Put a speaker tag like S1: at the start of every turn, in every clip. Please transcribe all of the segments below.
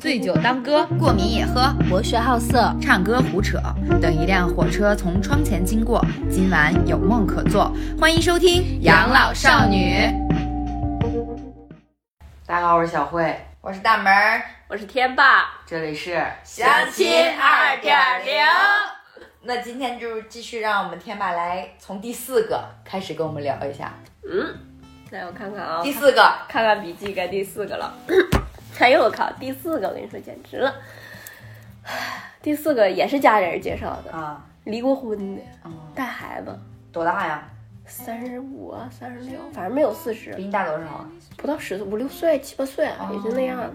S1: 醉酒当歌，
S2: 过敏也喝，
S3: 博学好色，
S2: 唱歌胡扯。等一辆火车从窗前经过，今晚有梦可做。欢迎收听《养老少女》。
S4: 大家好，我是小慧，
S2: 我是大门儿，
S5: 我是天霸，
S4: 这里是
S2: 相亲二点零。那今天就是继续让我们天霸来从第四个开始跟我们聊一下。
S5: 嗯，来我看看啊、
S2: 第四个，
S5: 看看笔记，该第四个 了。哎呦我靠，第四个我跟你说简直了。唉第四个也是家人介绍的，
S2: 啊，
S5: 离过婚的，
S2: 嗯，
S5: 带孩子，
S2: 多大呀？
S5: 三十五、啊三十六，反正没有四十
S2: 比，你大多少啊？
S5: 不到十五六岁、七八岁，啊也就那样
S2: 哦。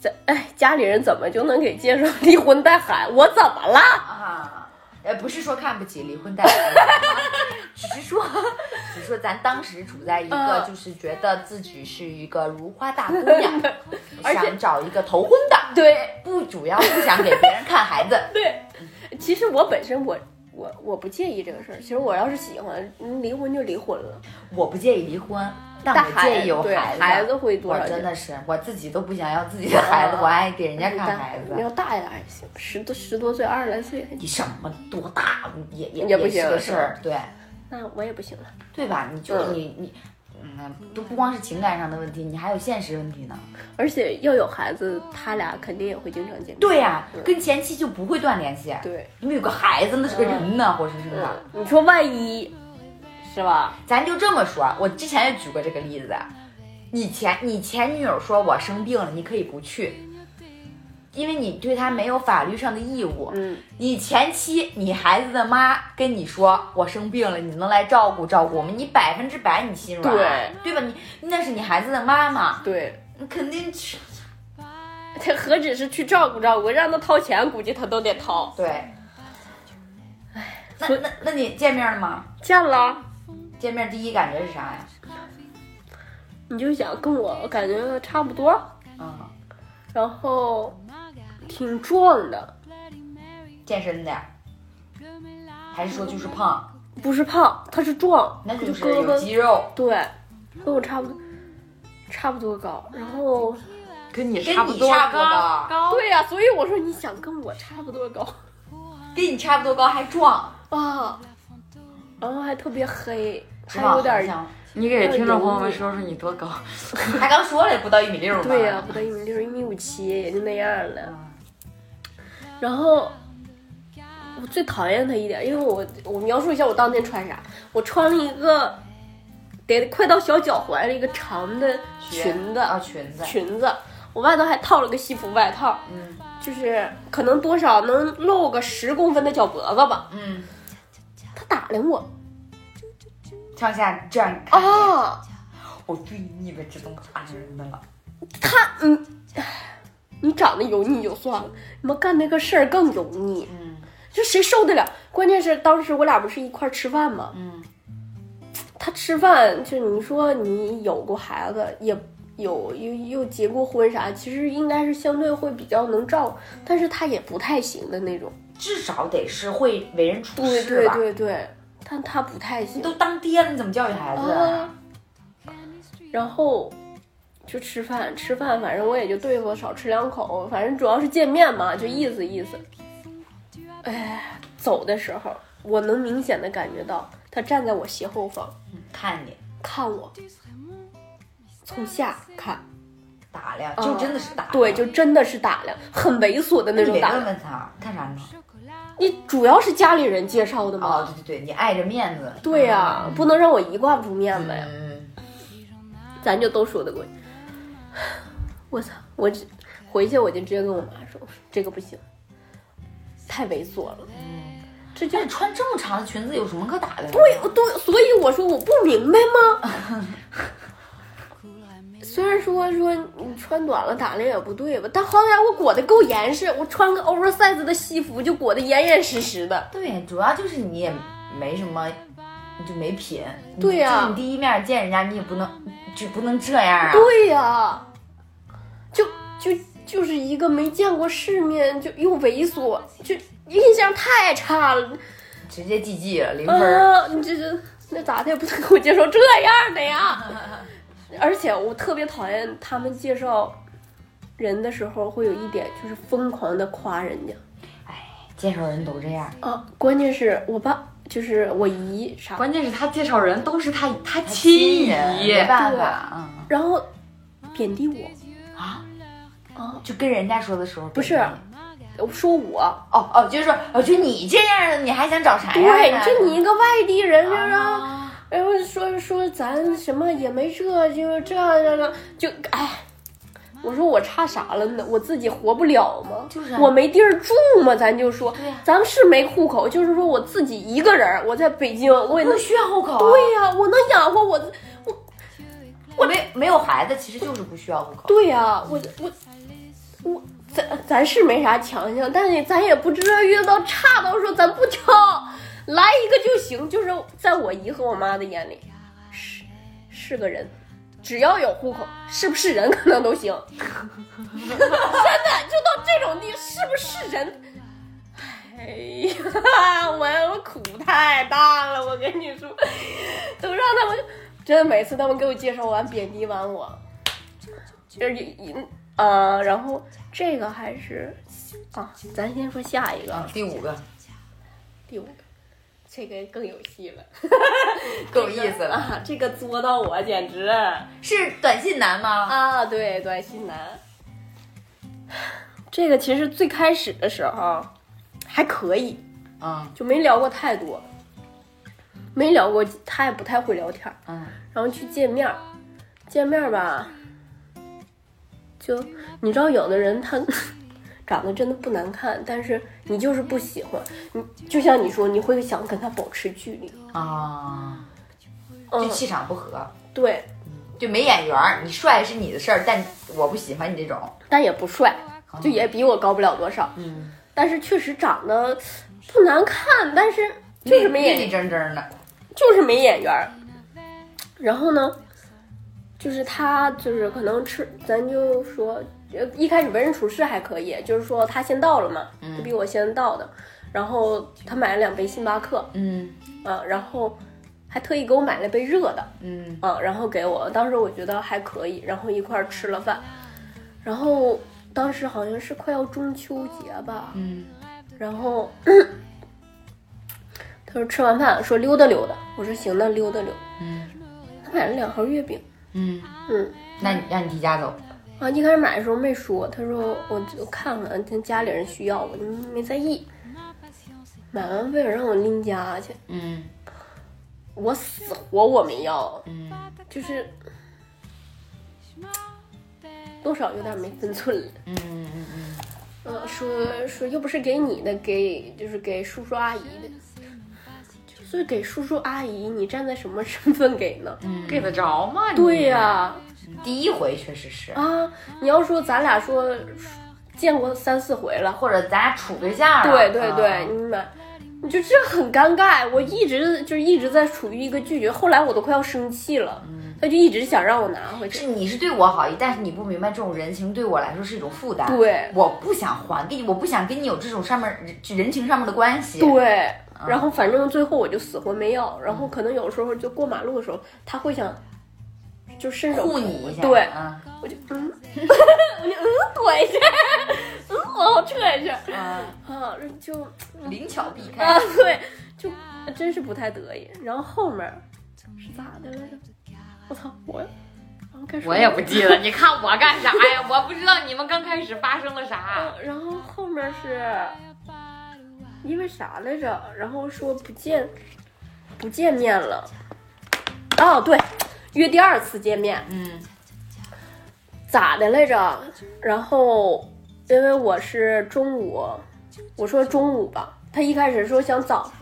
S5: 这哎，家里人怎么就能给介绍离婚带孩？我怎么 了？
S2: 啊，呃，不是说看不起离婚带孩子啊，只是说， 只是说咱当时处在一个
S5: 嗯
S2: 就是觉得自己是一个如花大姑娘，
S5: 而且
S2: 想找一个头婚的，
S5: 对，
S2: 不主要不想给别人看孩子。
S5: 对，其实我本身我我我不介意这个事儿。其实我要是喜欢，嗯离婚就离婚了。
S2: 我不介意离婚，但
S5: 但
S2: 我
S5: 孩
S2: 介意有
S5: 对
S2: 子。
S5: 孩子会多
S2: 我
S5: 少钱？
S2: 真的是，我自己都不想要自己的孩子，
S5: 啊
S2: 我爱给人家看
S5: 但
S2: 孩子
S5: 你。要大一点还行，十多十多岁、二十来岁还行，
S2: 你什么多大也也
S5: 也不
S2: 是
S5: 行
S2: 个
S5: 是
S2: 事儿，对
S5: 那我也不行了。
S2: 对吧？你就、
S5: 嗯
S2: 你你，嗯，都不光是情感上的问题，你还有现实问题呢。
S5: 而且要有孩子，他俩肯定也会经常见面。
S2: 对呀、
S5: 嗯
S2: 跟前妻就不会断联系，
S5: 对，
S2: 因为有个孩子那是个人呢，活生生
S5: 嗯
S2: 的。，
S5: 你说万一，是吧？
S2: 咱就这么说，我之前也举过这个例子，你前你前女友说我生病了，你可以不去，因为你对她没有法律上的义务。
S5: 嗯，
S2: 你前妻，你孩子的妈跟你说我生病了，你能来照顾照顾我们，你百分之百你心软，
S5: 对
S2: 对吧？你那是你孩子的妈妈，
S5: 对，
S2: 你肯定是
S5: 他何止是去照顾照顾，让他掏钱，估计他都得掏。
S2: 对。哎那那那你见面了吗？
S5: 见了。
S2: 见面第一感觉是啥呀？
S5: 你就想跟我感觉差不多，
S2: 嗯，
S5: 然后挺壮的，
S2: 健身的，还是说就是胖？
S5: 不是胖，他是壮，
S2: 那
S5: 就
S2: 就是
S5: 胳
S2: 有
S5: 膊
S2: 肌肉，
S5: 对，跟我差不多，差不多高。然后
S1: 跟你
S2: 跟
S1: 差不
S2: 你
S1: 多
S2: 差不多
S1: 高。
S2: 高，
S5: 对呀、所以我说你想跟我差不多高
S2: 跟你差不多高还壮，
S5: 啊，然后还特别黑，还
S2: 是吧
S5: 有点
S2: 好
S5: 儿
S2: 像
S1: 你给听众朋友们说说你多高？
S2: 他刚说了不到一米六嘛。
S5: 对呀、不到一米六，一米五七也就那样了。然后我最讨厌他一点，因为我我描述一下我当天穿啥，我穿了一个得快到小脚踝的一个长的裙子，
S2: 啊裙子，
S5: 裙子，我外头还套了个西服外套，
S2: 嗯
S5: 就是可能多少能露个十公分的脚脖子吧。
S2: 嗯，
S5: 他打量我
S2: 上下这样看，
S5: 啊，
S2: 我对你以为这都打人的了，嗯
S5: 你长得油腻就算了，你们干那个事儿更油腻，
S2: 嗯
S5: 这谁受得了？关键是当时我俩不是一块儿吃饭吗？
S2: 嗯，
S5: 他吃饭就你说你有过孩子，也有又又结过婚啥，其实应该是相对会比较能照顾，但是他也不太行的那种。
S2: 至少得是会为人处
S5: 对
S2: 事
S5: 对
S2: 吧？
S5: 对对，但他不太行
S2: 你。都当爹了，你怎么教育孩子
S5: 啊？然后就吃饭，吃饭，反正我也就对付少吃两口，反正主要是见面嘛，就意思意思。哎，走的时候，我能明显的感觉到他站在我斜后方
S2: 嗯看你
S5: 看我，从下看，
S2: 打量，
S5: 啊
S2: 就真的是打量，
S5: 对，就真的是打量，很猥琐的
S2: 那
S5: 那
S2: 你
S5: 种
S2: 别
S5: 打
S2: 问
S5: 量。
S2: 问他看啥呢？
S5: 你主要是家里人介绍的
S2: 哦，嗯
S5: 嘛，
S2: 对对对，你碍着面子，
S5: 对呀、不能让我一挂不面子呀。
S2: 嗯，
S5: 咱就都说得过去。我操！我这回去我就直接跟我妈说，这个不行，太猥琐了。这就
S2: 那你穿这么长的裙子有什么可打量的？
S5: 对对，所以我说我不明白吗？ 虽然说说你穿短了打量也不对吧，但好歹我裹得够严实，我穿个 oversize 的西服就裹得严严实实的。
S2: 对，主要就是你也没什么，你就没品。你
S5: 对呀
S2: 就你第一面见人家，你也不能就不能这样啊。
S5: 对呀、就就就是一个没见过世面，就又猥琐，就印象太差了。呃
S2: 直接
S5: 嗯
S2: GG 了，零分儿。
S5: 啊，你这这那咋的也不能给我接受这样的呀？而且我特别讨厌他们介绍人的时候会有一点就是疯狂的夸人家
S2: 介绍人都这样，
S5: 啊，关键是我爸就是我姨啥，
S1: 关键是他介绍人都是他他
S2: 亲
S1: 亲
S2: 人
S1: 姨，
S2: 没办法，嗯，
S5: 然后贬低我
S2: 啊
S5: 啊，
S2: 就跟人家说的时候
S5: 不是
S2: 哦
S5: 说我
S2: 哦，就是说，哦，就你这样的，你还想找啥样
S5: 对，
S2: 的？
S5: 哎就你一个外地人，就是说
S2: 啊，
S5: 哎呦，说说咱什么也没这，就这样这样，就哎，我说我差啥了呢？我自己活不了吗？
S2: 就是啊
S5: 我没地儿住吗？咱就说
S2: 对呀，
S5: 咱们是没户口，就是说我自己一个人儿，我在北京，我也能
S2: 不，需要户口啊，
S5: 对呀、我能养活我自，
S2: 我没没有孩子，其实就是不需要户口。
S5: 对呀、我我我，咱咱是没啥强项，但是咱也不至于遇到差到说咱不挑，来一个就行。就是在我姨和我妈的眼里，是是个人，只要有户口，是不是人可能都行。真的啊就到这种地，是不是人？哎呀，我我苦太大了，我跟你说，都让他们真的每次他们给我介绍完贬低完我，就是一啊、呃，然后这个还是啊，咱先说下一
S2: 嗯
S5: 个，啊
S2: 第五个
S5: 第五个，这个更有戏了，
S2: 更有意思了，
S5: 啊，这个作到我简直
S2: 是短信男吗？
S5: 啊！对，短信男，这个其实最开始的时候啊还可以，
S2: 嗯
S5: 就没聊过太多，没聊过，他也不太会聊天儿，
S2: 嗯，
S5: 然后去见面儿，见面儿吧，就你知道，有的人他 长得真的不难看，但是你就是不喜欢，你就像你说，你会想跟他保持距离。
S2: 啊，就
S5: 嗯，
S2: 气场不合，
S5: 对，
S2: 就没眼缘儿。你帅是你的事儿，但我不喜欢你这种。
S5: 但也不帅，就也比我高不了多少，
S2: 嗯，
S5: 但是确实长得不难看，但是就是没眼
S2: 绿绿真真的。
S5: 就是没眼缘儿。然后呢，就是他就是可能吃，咱就说，呃一开始为人处事还可以，就是说他先到了嘛，就比我先到的。然后他买了两杯星巴克，
S2: 嗯
S5: 啊，然后还特意给我买了杯热的，
S2: 嗯
S5: 啊，然后给我，当时我觉得还可以，然后一块儿吃了饭，然后当时好像是快要中秋节吧，
S2: 嗯，
S5: 然后他说吃完饭说溜达溜达，我说行，那溜达溜。
S2: 嗯，
S5: 他买了两盒月饼，
S2: 嗯，
S5: 嗯，
S2: 那你让你提家走。
S5: 啊，一开始买的时候没说，他说我就看看，跟家里人需要，我就没在意。买完非得让我拎家去，
S2: 嗯
S5: 我死活我没要，
S2: 嗯
S5: 就是多少有点没分寸了。
S2: 嗯嗯嗯，
S5: 嗯，说说又不是给你的，给就是给叔叔阿姨的，就是给叔叔阿姨，你站在什么身份给呢？
S2: 嗯
S1: 给得着吗？你
S5: 对呀、
S2: 第一回确实是
S5: 啊，，你要说咱俩说见过三四回了，
S2: 或者咱俩处对象了。
S5: 对对对，
S2: 嗯
S5: 你买，你就这很尴尬。我一直就是一直在处于一个拒绝，后来我都快要生气了，
S2: 嗯
S5: 他就一直想让我拿回去。
S2: 是你是对我好意，但是你不明白这种人情对我来说是一种负担。
S5: 对
S2: 我不想还给你，我不想跟你有这种上面人人情上面的关系。
S5: 对，
S1: 嗯
S5: 然后反正最后我就死活没要，然后可能有时候就过马路的时候，他会想就伸手
S2: 护你一下。
S5: 对，
S2: 嗯
S5: 我就嗯， 我就嗯躲一下，嗯往后撤一下，
S2: 嗯，
S5: 啊，就
S2: 灵巧避
S1: 嗯
S2: 开
S5: 啊。对，就真是不太得意。然后后面是咋的来着？我操，我然后开始
S1: 我也不记 得，你看我干啥呀？我不知道你们刚开始发生了啥。
S5: 嗯然后后面是因为啥来着？然后说不见不见面了。哦，对，约第二次见面
S2: 嗯
S5: 咋的来着？然后因为我是中午，我说中午吧，他一开始说想早上。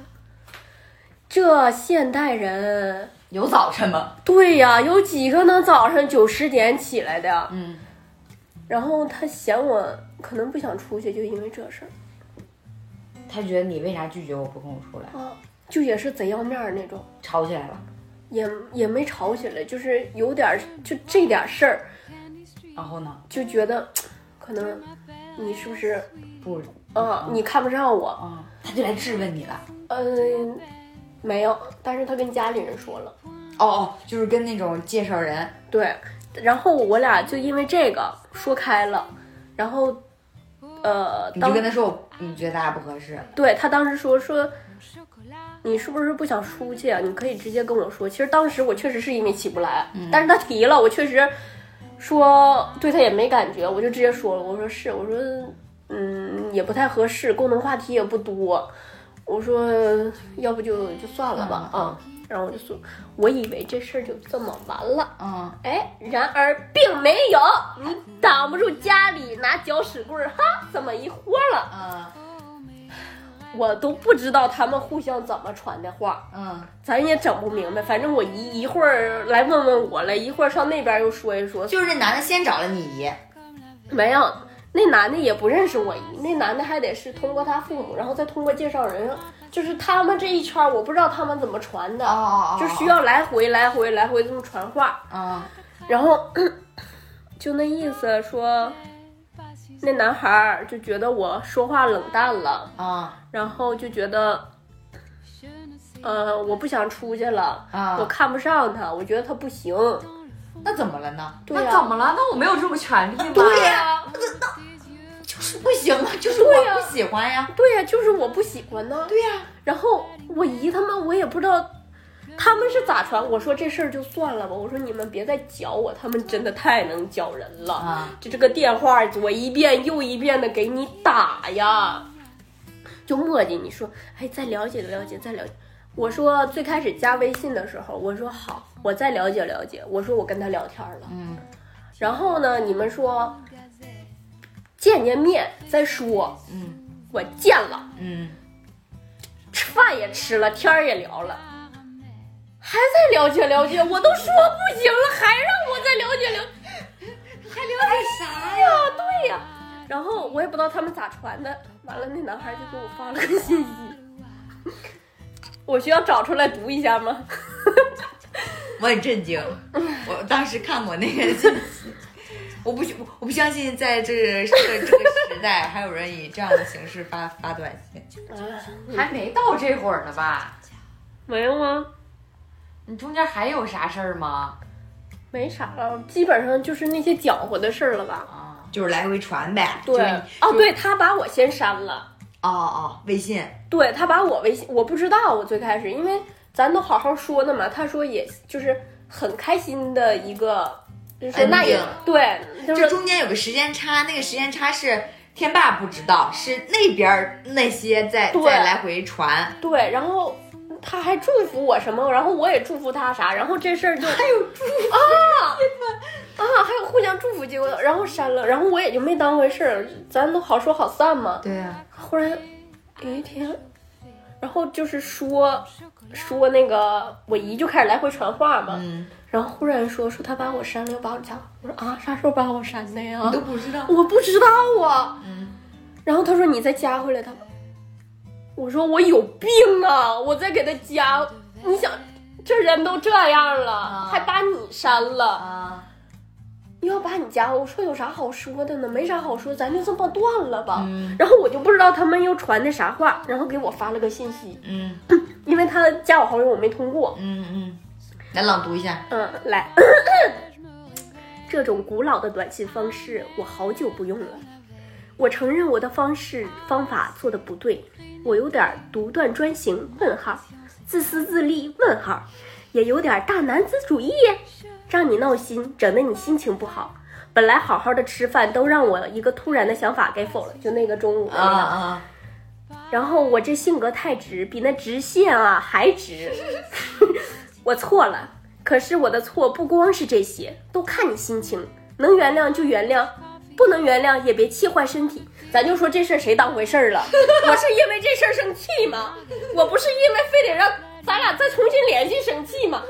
S5: 这现代人，
S2: 有早晨吗？
S5: 对呀，有几个能早上九十点起来的？
S2: 嗯，
S5: 然后他嫌我可能不想出去，就因为这事儿。
S2: 他觉得你为啥拒绝我不跟我出来，
S5: 啊，就也是贼要面儿那种，
S2: 吵起来了。
S5: 也也没吵起来，就是有点儿就这点事儿，
S2: 然后呢？
S5: 就觉得可能你是不是
S2: 不，
S5: 啊，你看不上我？呃
S2: 嗯，他就来质问你了。
S5: 嗯、没有，但是他跟家里人说了，
S2: 哦哦，就是跟那种介绍人，
S5: 对，然后我俩就因为这个说开了，然后，呃，
S2: 你就
S5: 当
S2: 跟他说我你觉得咱俩不合适，
S5: 对他当时说说，你是不是不想出去啊？你可以直接跟我说。其实当时我确实是因为起不来，但是他提了，我确实说对他也没感觉，我就直接说了，我说是，我说嗯也不太合适，共同话题也不多，我说要不就就算了吧
S2: 嗯
S1: 哦
S5: 啊、然后我就说，我以为这事儿就这么完了。
S2: 嗯，
S5: 哎，然而并没有，你挡不住家里拿搅屎棍儿哈这么一豁了，
S2: 嗯
S5: 我都不知道他们互相怎么传的话，
S2: 嗯
S5: 咱也整不明白。反正我一一会儿来问问我了，一会儿上那边又说一说，
S2: 就是这男的先找了你姨，
S5: 没有。那男的也不认识我姨，那男的还得是通过他父母，然后再通过介绍人，就是他们这一圈儿，我不知道他们怎么传的，
S2: 哦哦哦，
S5: 就需要来回来回来回这么传话。
S2: 嗯
S5: 然后嗯就那意思说，那男孩儿就觉得我说话冷淡了，
S2: 嗯
S5: 然后就觉得，呃，我不想出去了，我
S2: 嗯，
S5: 看不上他，我觉得他不行。
S2: 那怎么了呢？
S5: 对呀、
S1: 啊那怎么了？那我没有这么权利吗？
S2: 对呀、那那就是不行啊，就是我
S5: 对呀
S2: 不喜欢呀，
S5: 对呀、就是我不喜欢呢。
S2: 对呀、
S5: 然后我姨他们，我也不知道。他们是咋传？我说这事儿就算了吧。我说你们别再搅我，他们真的太能搅人了。
S2: 啊，
S5: 就这个电话左一遍右一遍的给你打呀，就磨叽你说，哎，再了解了解，再了解。我说最开始加微信的时候，我说好，我再了解了解。我说我跟他聊天了，
S2: 嗯
S5: 然后呢，你们说见见面再说。
S2: 嗯
S5: 我见了，
S2: 嗯，
S5: 吃饭也吃了，天儿也聊了，还在了解了解。我都说不行了，还让我再了解了解。
S2: 还聊点啥
S5: 哎？呀，对呀。然后我也不知道他们咋传的，完了那男孩就给我发了个信息，我需要找出来读一下吗？
S2: 我很震惊，我当时看过那个信息，我不我不相信在这这个这个时代还有人以这样的形式发发短信。
S1: 还没到这会儿呢吧？
S5: 没有吗？
S1: 你中间还有啥事儿吗？
S5: 没啥了，啊基本上就是那些搅和的事儿了吧？
S1: 啊，
S2: 就是来回传呗。
S5: 对
S2: 就是你，就
S5: 哦，对他把我先删了，
S2: 哦哦，微信，
S5: 对他把我微信，我不知道，我最开始因为咱都好好说的嘛，他说也就是很开心的一个，就是说那也
S2: 安
S5: 对，他
S2: 这
S5: 说
S2: 中间有个时间差，那个时间差是天霸不知道，是那边儿那些在
S5: 对
S2: 在来回传。
S5: 对，然后他还祝福我什么，然后我也祝福他啥，然后这事儿就还有祝福啊啊，还有互相祝福，结果然后删了，然后我也就没当回事儿，咱都好说好散嘛。
S2: 对呀、
S5: 忽然有一天，然后就是说说那个我姨就开始来回传话嘛，
S2: 嗯，
S5: 然后忽然说说他把我删了，又把我加了，我说啊，啥时候把我删的呀？
S2: 都不知道。
S5: 我不知道啊。
S2: 嗯
S5: 然后他说你再加回来他，我说我有病啊，我再给他加，你想这人都这样了，
S2: 啊
S5: 还把你删了，
S2: 啊，
S5: 要把你加，我说有啥好说的呢？没啥好说，咱就这么断了吧。
S2: 嗯
S5: 然后我就不知道他们又传的啥话，然后给我发了个信息，
S2: 嗯
S5: 因为他加我好友我没通过，
S2: 嗯嗯，来朗读一下。
S5: 嗯，来，这种古老的短信方式我好久不用了。我承认我的方式方法做的不对，我有点独断专行，问号，自私自利，问号，也有点大男子主义，让你闹心，整得你心情不好。本来好好的吃饭，都让我一个突然的想法给否了，就那个中午的
S2: 啊
S5: 那个。
S2: 啊，
S5: 然后我这性格太直，比那直线啊还直。我错了，可是我的错不光是这些，都看你心情，能原谅就原谅，不能原谅也别气坏身体。咱就说这事儿谁当回事儿了？ 我是因为这事儿生气吗？我不是因为非得让咱俩再重新联系生气吗？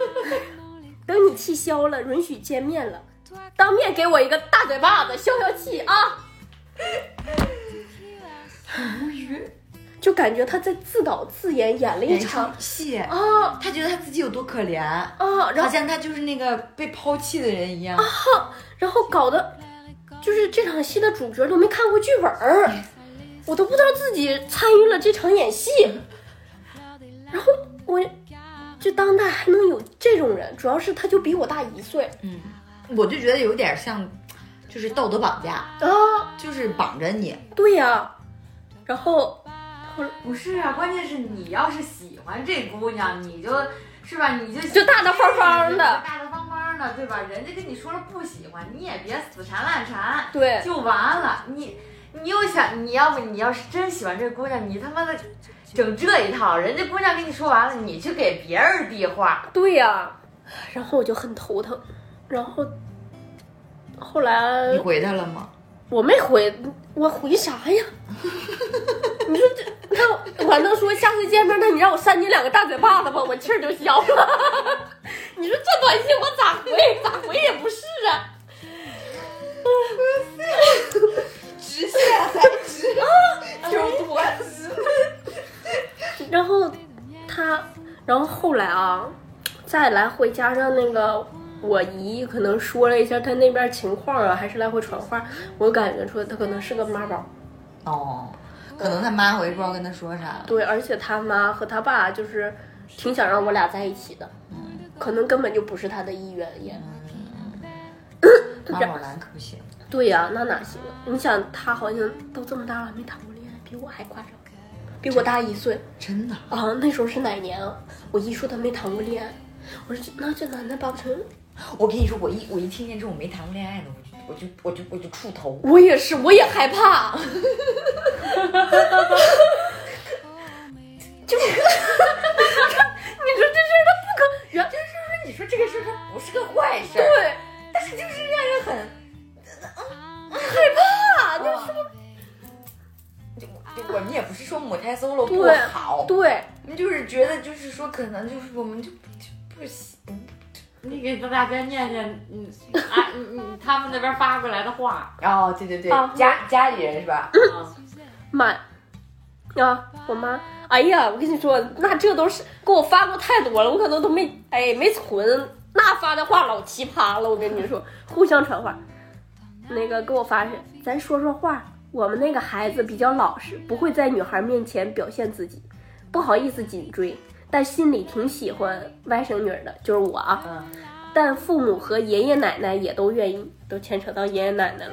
S5: 等你气消了，允许见面了，当面给我一个大嘴巴子消消气啊！就感觉他在自导自演，演了一
S2: 演
S5: 场
S2: 场戏，
S5: 啊
S2: 哎他觉得他自己有多可怜，
S5: 啊，然
S2: 好
S5: 后
S2: 像他就是那个被抛弃的人一样。
S5: 然后搞得就是这场戏的主角都没看过剧本儿，我都不知道自己参与了这场演戏，然后我就当代还能有这种人，主要是他就比我大一岁
S2: 嗯，我就觉得有点像，就是道德绑架，
S5: 啊，
S2: 就是绑着你。
S5: 对呀、然后
S1: 不是啊，关键是你要是喜欢这姑娘，你就是吧，你就
S5: 就大大方方的
S1: 大大方方的，对吧？人家跟你说了不喜欢，你也别死缠烂缠，
S5: 对，
S1: 就完了。你你又想，你要不你要是真喜欢这姑娘，你他妈的整这一套，人家姑娘跟你说完了，你去给别人递话，
S5: 对呀、然后我就很头疼，然后后来
S2: 你回他了吗？
S5: 我没回，我回啥 呀？你说这那我还能说下次见面，那你让我扇你两个大嘴巴子吧，我气儿就消了。 你说这短信我咋回？咋回也不是啊。
S2: 直线才直，
S5: 啊
S1: 就多
S5: 哎然后他，然后后来啊，再来回加上那个我姨可能说了一下她那边情况啊，还是来回传话，我感觉出她可能是个妈宝。
S2: 哦，可能他妈回去不知道跟他说啥了。
S5: 对，而且他妈和他爸就是挺想让我俩在一起的，可能根本就不是他的意愿也。
S2: 妈宝男可不行，
S5: 对呀、那哪行啊？你想，他好像都这么大了，还没谈过恋爱，比我还夸张，比我大一岁
S2: 真的。
S5: 啊！那时候是哪年啊？我一说他没谈过恋爱，我说这那这男的八不成？
S2: 我跟你说，我一我一听见这种没谈过恋爱的，我就我就我就我就触头。
S5: 我也是，我也害怕， 就是，你说这事儿他不可原
S2: 但是说你说这个事儿它不是个坏事儿，
S5: 对
S2: 但是就是让人很
S5: 啊，呃就
S2: 啊就我我们也不是说母胎 solo 不
S5: 对
S2: 好，
S5: 对，
S2: 我们就是觉得就是说可能就是我们就就不行。
S1: 你给大家念念，嗯，啊，嗯嗯，他们那边发过来的 话，
S2: 哦，对对对，
S5: 啊
S2: 家家里人是吧？
S1: 啊，
S5: 妈啊，我妈，哎呀，我跟你说，那这都是给我发过太多了，我可能都没哎没存，那发的话老奇葩了，我跟你说，互相传话，那个给我发是，咱说说话，我们那个孩子比较老实，不会在女孩面前表现自己，不好意思紧追。但心里挺喜欢外甥女儿的，就是我啊。
S2: 嗯，
S5: 但父母和爷爷奶奶也都愿意，都牵扯到爷爷奶奶了。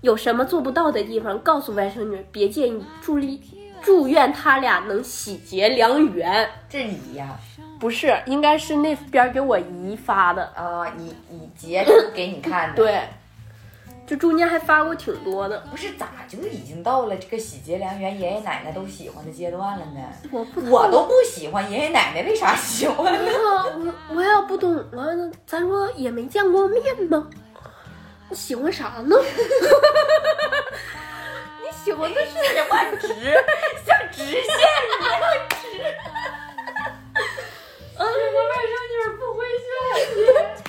S5: 有什么做不到的地方，告诉外甥女，别介意，助力祝愿他俩能喜结良缘。
S2: 这是你呀、
S5: 不是，应该是那边给我姨发的。
S2: 啊，你你截图给你看的，，
S5: 对，就中间还发过挺多的。
S2: 不是咋就已经到了这个喜结良缘、爷爷奶奶都喜欢的阶段了呢？
S5: 我不
S2: 我都不喜欢爷爷奶奶，为啥喜欢 呢？
S5: 我我也不懂啊，咱说也没见过面吗？你喜欢啥呢？你喜欢的是
S2: 喜欢直，像直线。
S5: 哎
S1: 这个外甥女不回信，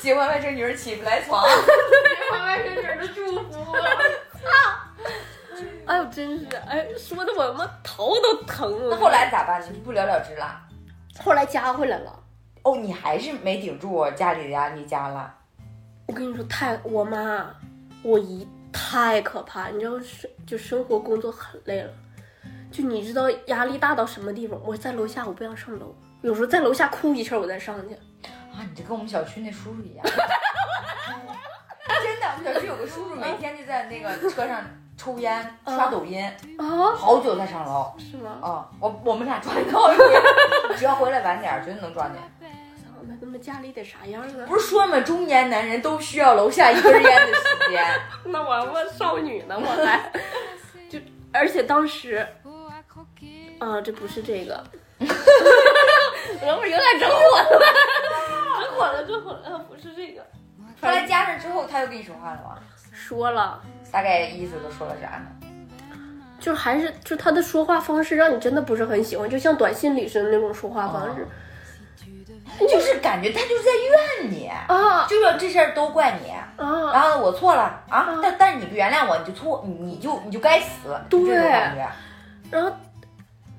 S2: 喜欢外甥女儿起不来 床，
S1: 喜欢外甥女的祝福。
S5: 哎呦，真是哎，说的我他妈头都疼
S2: 那
S5: 了。
S2: 后来咋办？你不了了之了？
S5: 后来加回来了，
S2: 哦，你还是没顶住家里的压力加了。
S5: 我跟你说，太我妈我姨太可怕，你知道是就生活工作很累了，就你知道压力大到什么地方？我在楼下我不想上楼，有时候在楼下哭一声我再上去。
S2: 啊，你这跟我们小区那叔叔一样。 真的，我们小区有个叔叔，每天就在那个车上抽烟、刷抖音，
S5: 啊，
S2: 好久才上楼。
S5: 是吗？
S2: 啊，我我们俩抓你 到一回，只要回来晚点儿，绝对能抓你。
S5: 操，那他妈家里得啥样啊？
S2: 不是说嘛，中年男人都需要楼下一根烟的时间。
S5: 那我我少女呢，我还 就而且当时啊，这不是这个， 等会儿有点整混了， 整混了，整混了，呃不是这个，
S2: 后来加上之后，他又跟你说话了吗？
S5: 说了。
S2: 大概意思都说了啥呢？
S5: 就还是就他的说话方式让你真的不是很喜欢，就像短信里似的那种说话方式、
S2: 就是感觉他就是在怨你，
S5: 啊
S2: 就说这事儿都怪你。
S5: 啊！
S2: 然后我错了啊，但但是你不原谅我，你就错，你你就你就该死，
S5: 对
S2: 就这种感觉。
S5: 然后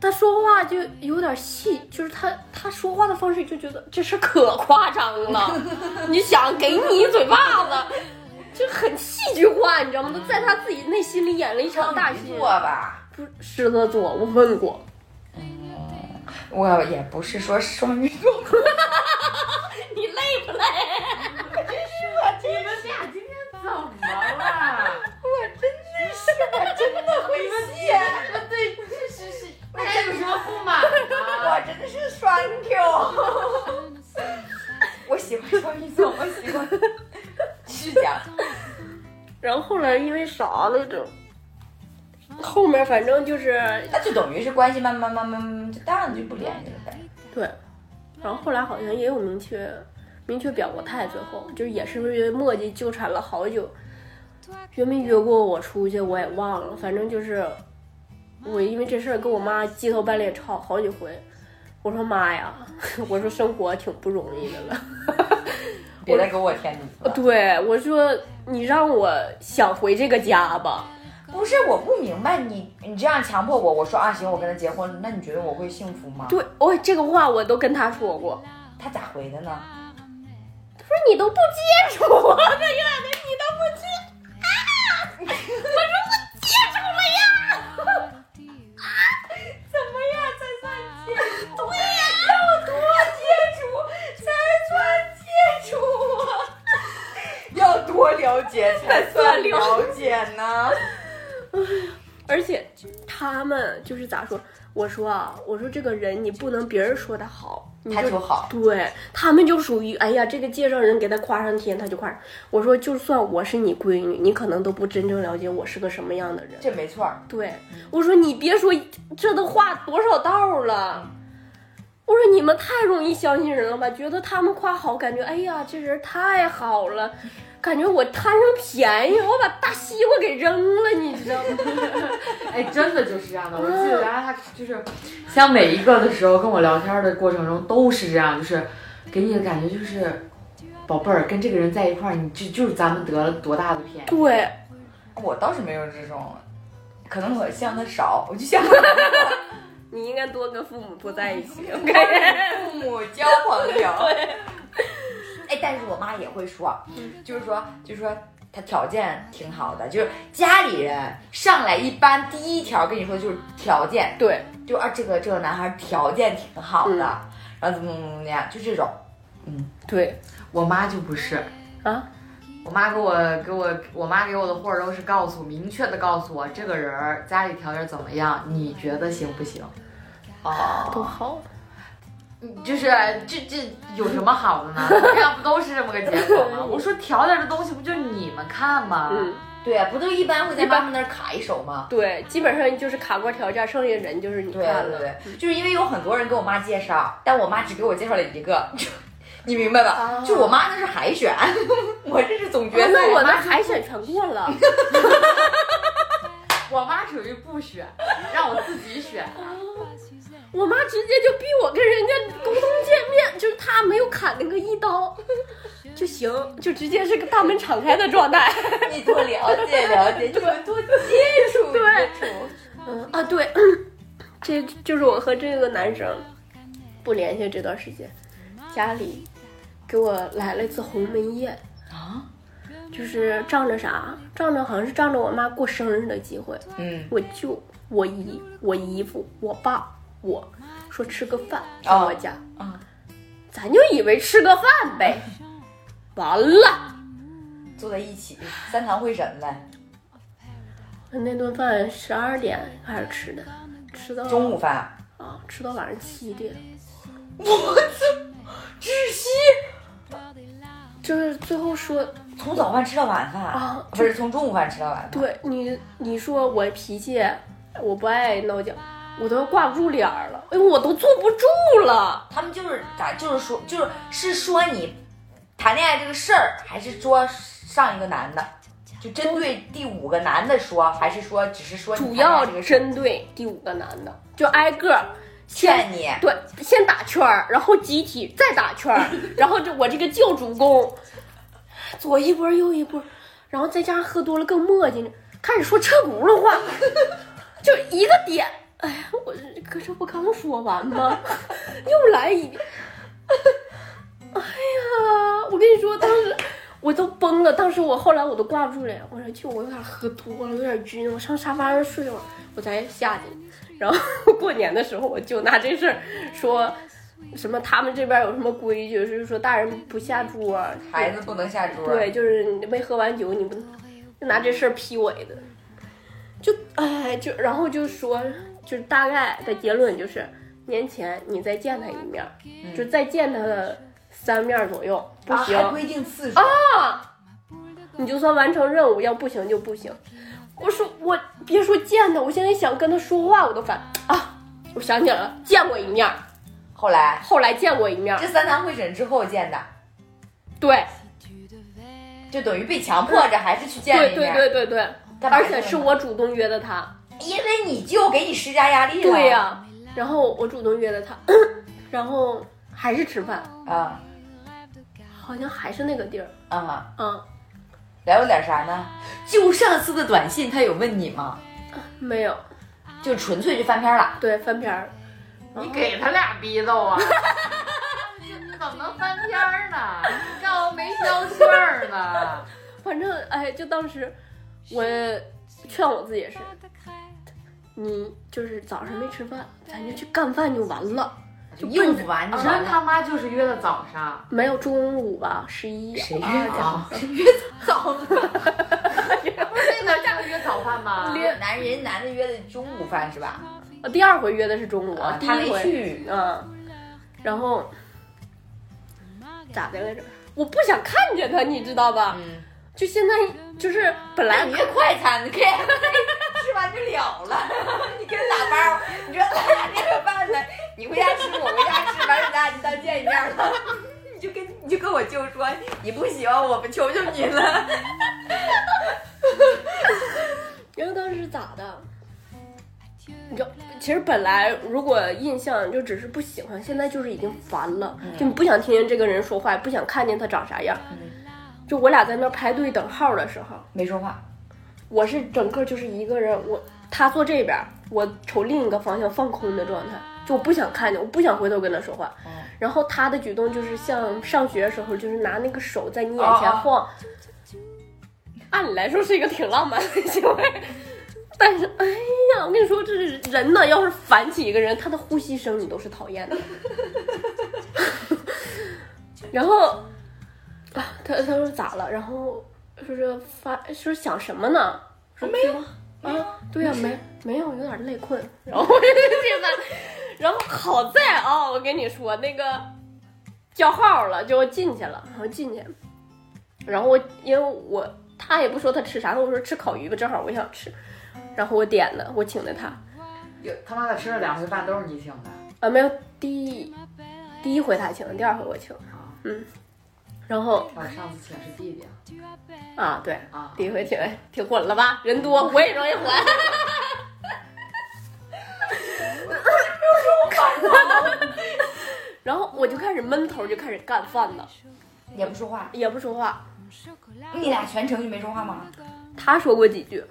S5: 他说话就有点细，就是他他说话的方式就觉得这事儿可夸张 了，你想给你一嘴巴子，就很戏剧化，你知道吗？都在他自己内心里嗯演了一场大
S2: 双
S5: 戏
S2: 鱼。座吧，
S5: 不是，狮子座，我问过，
S2: 我也不是说双鱼座，
S5: 你累不累？
S1: 你们俩哎今天怎么了？
S2: 我真的是，我真的
S1: 你们
S2: 会
S1: 既
S2: 谢。
S1: 然说对，这是是，大家有什么不满
S2: 我
S1: 吗？
S2: 真的是双 Q，我喜欢双鱼座，我喜欢。是这样，
S5: 然后后来因为啥来着？后面反正就是
S2: 那就等于是关系慢慢慢慢慢就淡了，就不联系了呗。
S5: 对，然后后来好像也有明确明确表过态，最后就是也是因为墨迹纠缠了好久，约没约过我出去我也忘了，反正就是我因为这事儿跟我妈鸡头半脸吵好几回。我说妈呀， 我说生活挺不容易的了。
S2: 别再给我添堵了。
S5: 对，我说你让我想回这个家吧。
S2: 不是，我不明白你，你这样强迫我，我说啊行，我跟他结婚了，那你觉得我会幸福吗？
S5: 对，哦，这个话我都跟他说过。
S2: 他咋回的呢？
S5: 不是你都不接触我， 他有两天你都不接啊！我说我接触了呀，
S2: 怎么样才算接触？对呀、要多接触才算接触啊！ 要多了解才算了解呢。
S5: 而且他们就是咋说？我说啊，我说这个人你不能别人说他好，你
S2: 他就好
S5: 对他们就属于哎呀，这个介绍人给他夸上天，他就夸上。我说就算我是你闺女，你可能都不真正了解我是个什么样的人。
S2: 这没错儿，
S5: 对，我说你别说，这都话多少道了。我说你们太容易相信人了吧？觉得他们夸好，感觉哎呀这人太好了，感觉我贪上便宜，我把大西瓜给扔了，你知道吗？
S1: 哎，真的就是这样的。我记得原来他就是，像每一个的时候跟我聊天的过程中都是这样，就是给你的感觉就是，宝贝儿跟这个人在一块儿，你就就是咱们得了多大的便宜。
S5: 对，
S2: 我倒是没有这种，可能我像他少，我就像他
S5: 你应该多跟父母多在一 起，我感觉。
S2: 父母交朋 友。哎，但是我妈也会说，就是说，就是说。他条件挺好的，就是家里人上来一般第一条跟你说就是条件，
S5: 对，
S2: 就啊，这个这个男孩条件挺好的，
S5: 嗯
S2: 然后怎么怎么怎么样，就这种。
S5: 对，
S1: 我妈就不是，
S5: 啊，
S1: 我妈给我给我我妈给我的话儿都是告诉明确的告诉我这个人儿家里条件怎么样，你觉得行不行？
S5: 多
S2: 哦，
S5: 好。
S1: 嗯就是这这有什么好的呢？ 这样不都是这么个结果 吗？我说调点这东西不就是你们看吗？
S5: 嗯，
S2: 对啊，不都一般会在妈妈那儿卡一手吗？
S5: 对，基本上就是卡锅调价，剩下人就是你
S2: 对
S5: 看
S2: 对
S5: 了。
S2: 对，就是因为有很多人给我妈介绍，但我妈只给我介绍了一个， 你明白吧？
S5: 啊
S2: 就我妈那是海选， 我这是总决赛。
S5: 那我们海选全过了。
S1: 我妈属于不选，让我自己 选。
S5: 我妈直接就逼我跟人家沟通见面，就是她没有砍那个一刀就行，就直接是个大门敞开的状态。
S2: 你多了解了解，就多接触
S5: 对
S2: 接触。
S5: 嗯啊，对，这就是我和这个男生不联系这段时间，家里给我来了一次鸿门宴
S2: 啊，
S5: 就是仗着啥？仗着好像是仗着我妈过生日的机会，
S2: 嗯，
S5: 我舅、我姨、我姨父、我爸、我说吃个饭到我家，
S2: 啊
S5: 咱就以为吃个饭呗，完了。
S2: 坐在一起，三堂会审呗。
S5: 那顿饭十二点开始吃的，吃到
S2: 中午饭，
S5: 啊，吃到晚上七点，
S2: 窒息，
S5: 就是最后说，
S2: 从早饭吃到晚饭
S5: 啊
S2: 不是从中午饭吃到晚饭。
S5: 对你，你说我脾气，我不爱闹僵，我都要挂不住脸儿了，哎呦，我都坐不住了。
S2: 他们就是咋，就是说，就是是说你谈恋爱这个事儿，还是说上一个男的，就针对第五个男的说，还是说只是说你
S5: 主
S2: 谈恋爱
S5: 要
S2: 这个事儿
S5: 针对第五个男的，就挨个儿
S2: 劝你
S5: 对，先打圈儿，然后集体再打圈儿，然后这我这个旧主公，左一波儿右一波儿，然后再加上喝多了更磨叽呢，开始说车轱辘话，就一个点。哎呀，我这可这不刚说完吗？ 又来一遍。哎呀，我跟你说，当时我都崩了。当时我后来我都挂不住了，我说就我有点喝多了，有点晕，我上沙发上睡会儿，我才下去。然后 过年的时候，我就拿这事儿说什么他们这边有什么规矩，就是说大人不下桌儿，
S2: 孩子不能下桌。
S5: 对，，就是你没喝完酒，你不就拿这事儿批我一顿，就哎，就然后就说，就是大概的结论就是，年前你再见他一面儿，就再见他的三面儿左右，不
S2: 嗯啊，
S5: 行，
S2: 还规定次数。
S5: 你就算完成任务，要不行就不行。我说我别说见他，我现在想跟他说话我都烦啊！我想起来了，见过一面儿，
S2: 后来
S5: 后来见过一面儿
S2: 这，三堂会审之后见的，
S5: 对
S2: 就等于被强迫着还是去见了
S5: 对
S2: 一
S5: 对
S2: 面。
S5: 对对对，
S2: 干嘛
S5: 而
S2: 去
S5: 且是
S2: 呢
S5: 我主动约的他。
S2: 因为你舅给你施加压力了。
S5: 对呀、然后我主动约了他，然后还是吃饭，
S2: 啊
S5: 好像还是那个地儿，
S2: 啊，
S5: 嗯，
S2: 聊了点啥呢？就上次的短信，他有问你吗？
S5: 没有，
S2: 就纯粹就翻篇了。
S5: 对，翻篇儿，
S1: 你给他俩逼斗 啊！你怎么能翻篇儿呢？你干我没消气儿 呢？
S5: 反正哎，就当时我劝我自己也是，你就是早上没吃饭，咱就去干饭就完了，就
S2: 应
S5: 奔
S2: 付
S5: 着
S2: 完你
S1: 我
S2: 啥
S1: 们
S2: 呢？
S1: 他妈就是约的早 上，
S5: 没有中午吧，十一
S2: 谁约
S5: 二点
S1: 啊？
S2: 早
S1: 不是那咱俩约早饭吗？
S2: 啊男人男的约的中午饭是吧？
S5: 我啊第二回约的是中午，
S2: 啊，
S5: 第
S2: 他
S5: 一
S2: 没
S5: 回
S2: 去。
S5: 嗯，然后咋的来着？我不想看见他，你知道吧？
S2: 嗯，
S5: 就现在，就是本
S2: 那
S5: 来
S2: 你约快餐，你可以吃完就了了。 你跟他打包，你说咱俩这个饭呢，你回家吃，我回家吃，完了咱俩就当见一面了。 你就跟你就跟我舅说，你不喜欢我，求求你了。
S5: 然后当时咋的？你就其实本来如果印象就只是不喜欢，现在就是已经烦了，就你不想听见这个人说话，也不想看见他长啥样。就我俩在那儿排队等号的时候，
S2: 没说话，
S5: 我是整个就是一个人，我他坐这边，我瞅另一个方向放空的状态，就我不想看见，我不想回头跟他说话。然后他的举动就是像上学的时候，就是拿那个手在你眼前晃。按理来说是一个挺浪漫的行为，但是哎呀，我跟你说，这是人呢，要是烦起一个人，他的呼吸声你都是讨厌的。然后啊，他他说咋了？然后说是发说想什么呢？说没有啊，对呀、没没有，有点累 困。然后我就这般，然后好在啊、我跟你说那个叫号了，就进去了，然后进去，然后我因为我他也不说他吃啥，我说吃烤鱼吧，正好我想吃，然后我点的，我请的他
S1: 有他妈的吃了两回饭都是你请的，
S5: 啊，没有第一第一回他请的，第二回我请，嗯，然后
S1: 我上次请是弟弟
S5: 啊对，
S1: 啊。
S5: 第一回挺挺混了吧？人多我也容易混。然后我就开始闷头就开始干饭了，
S2: 也不说话，
S5: 也不说话。
S2: 你俩全程就没说话吗？
S5: 他说过几句，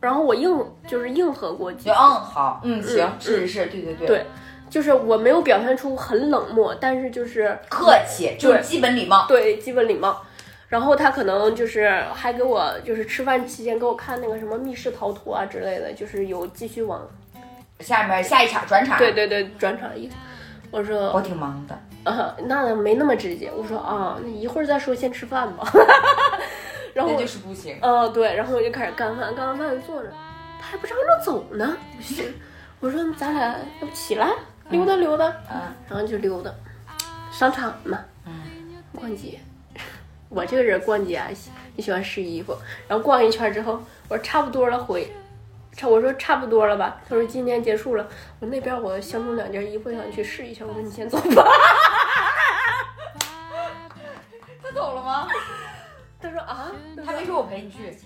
S5: 然后我硬就是硬核过几
S2: 就
S5: 句，
S2: 嗯好，嗯行
S5: 嗯，
S2: 是是是，对对对
S5: 对就是我没有表现出很冷漠，但是就是
S2: 客气就是基本礼貌。
S5: 对基本礼貌。然后他可能就是还给我就是吃饭期间给我看那个什么密室逃脱啊之类的，就是有继续往
S2: 下面下一场转场，
S5: 对对对转场的意思。我说
S2: 我挺忙的，
S5: 啊，那没那么直接。我说啊，那一会儿再说，先吃饭吧。 然
S2: 那
S5: 后我
S2: 就
S5: 就是
S2: 不行。
S5: 呃对，然后我就开始干饭，干完饭坐着，他还不嚷嚷走呢。我说咱俩要不起来溜达溜达，
S2: 嗯，
S5: 然后就溜达，商场嘛， 逛街。我这个人逛街啊，喜也喜欢试衣服，然后逛一圈之后，我说差不多了，回。差我说差不多了吧？他说今天结束了。我那边我相中两件衣服，想去试一下。我说你先走吧。
S2: 他走了吗？
S5: 他说啊，
S2: 他没说我陪你去，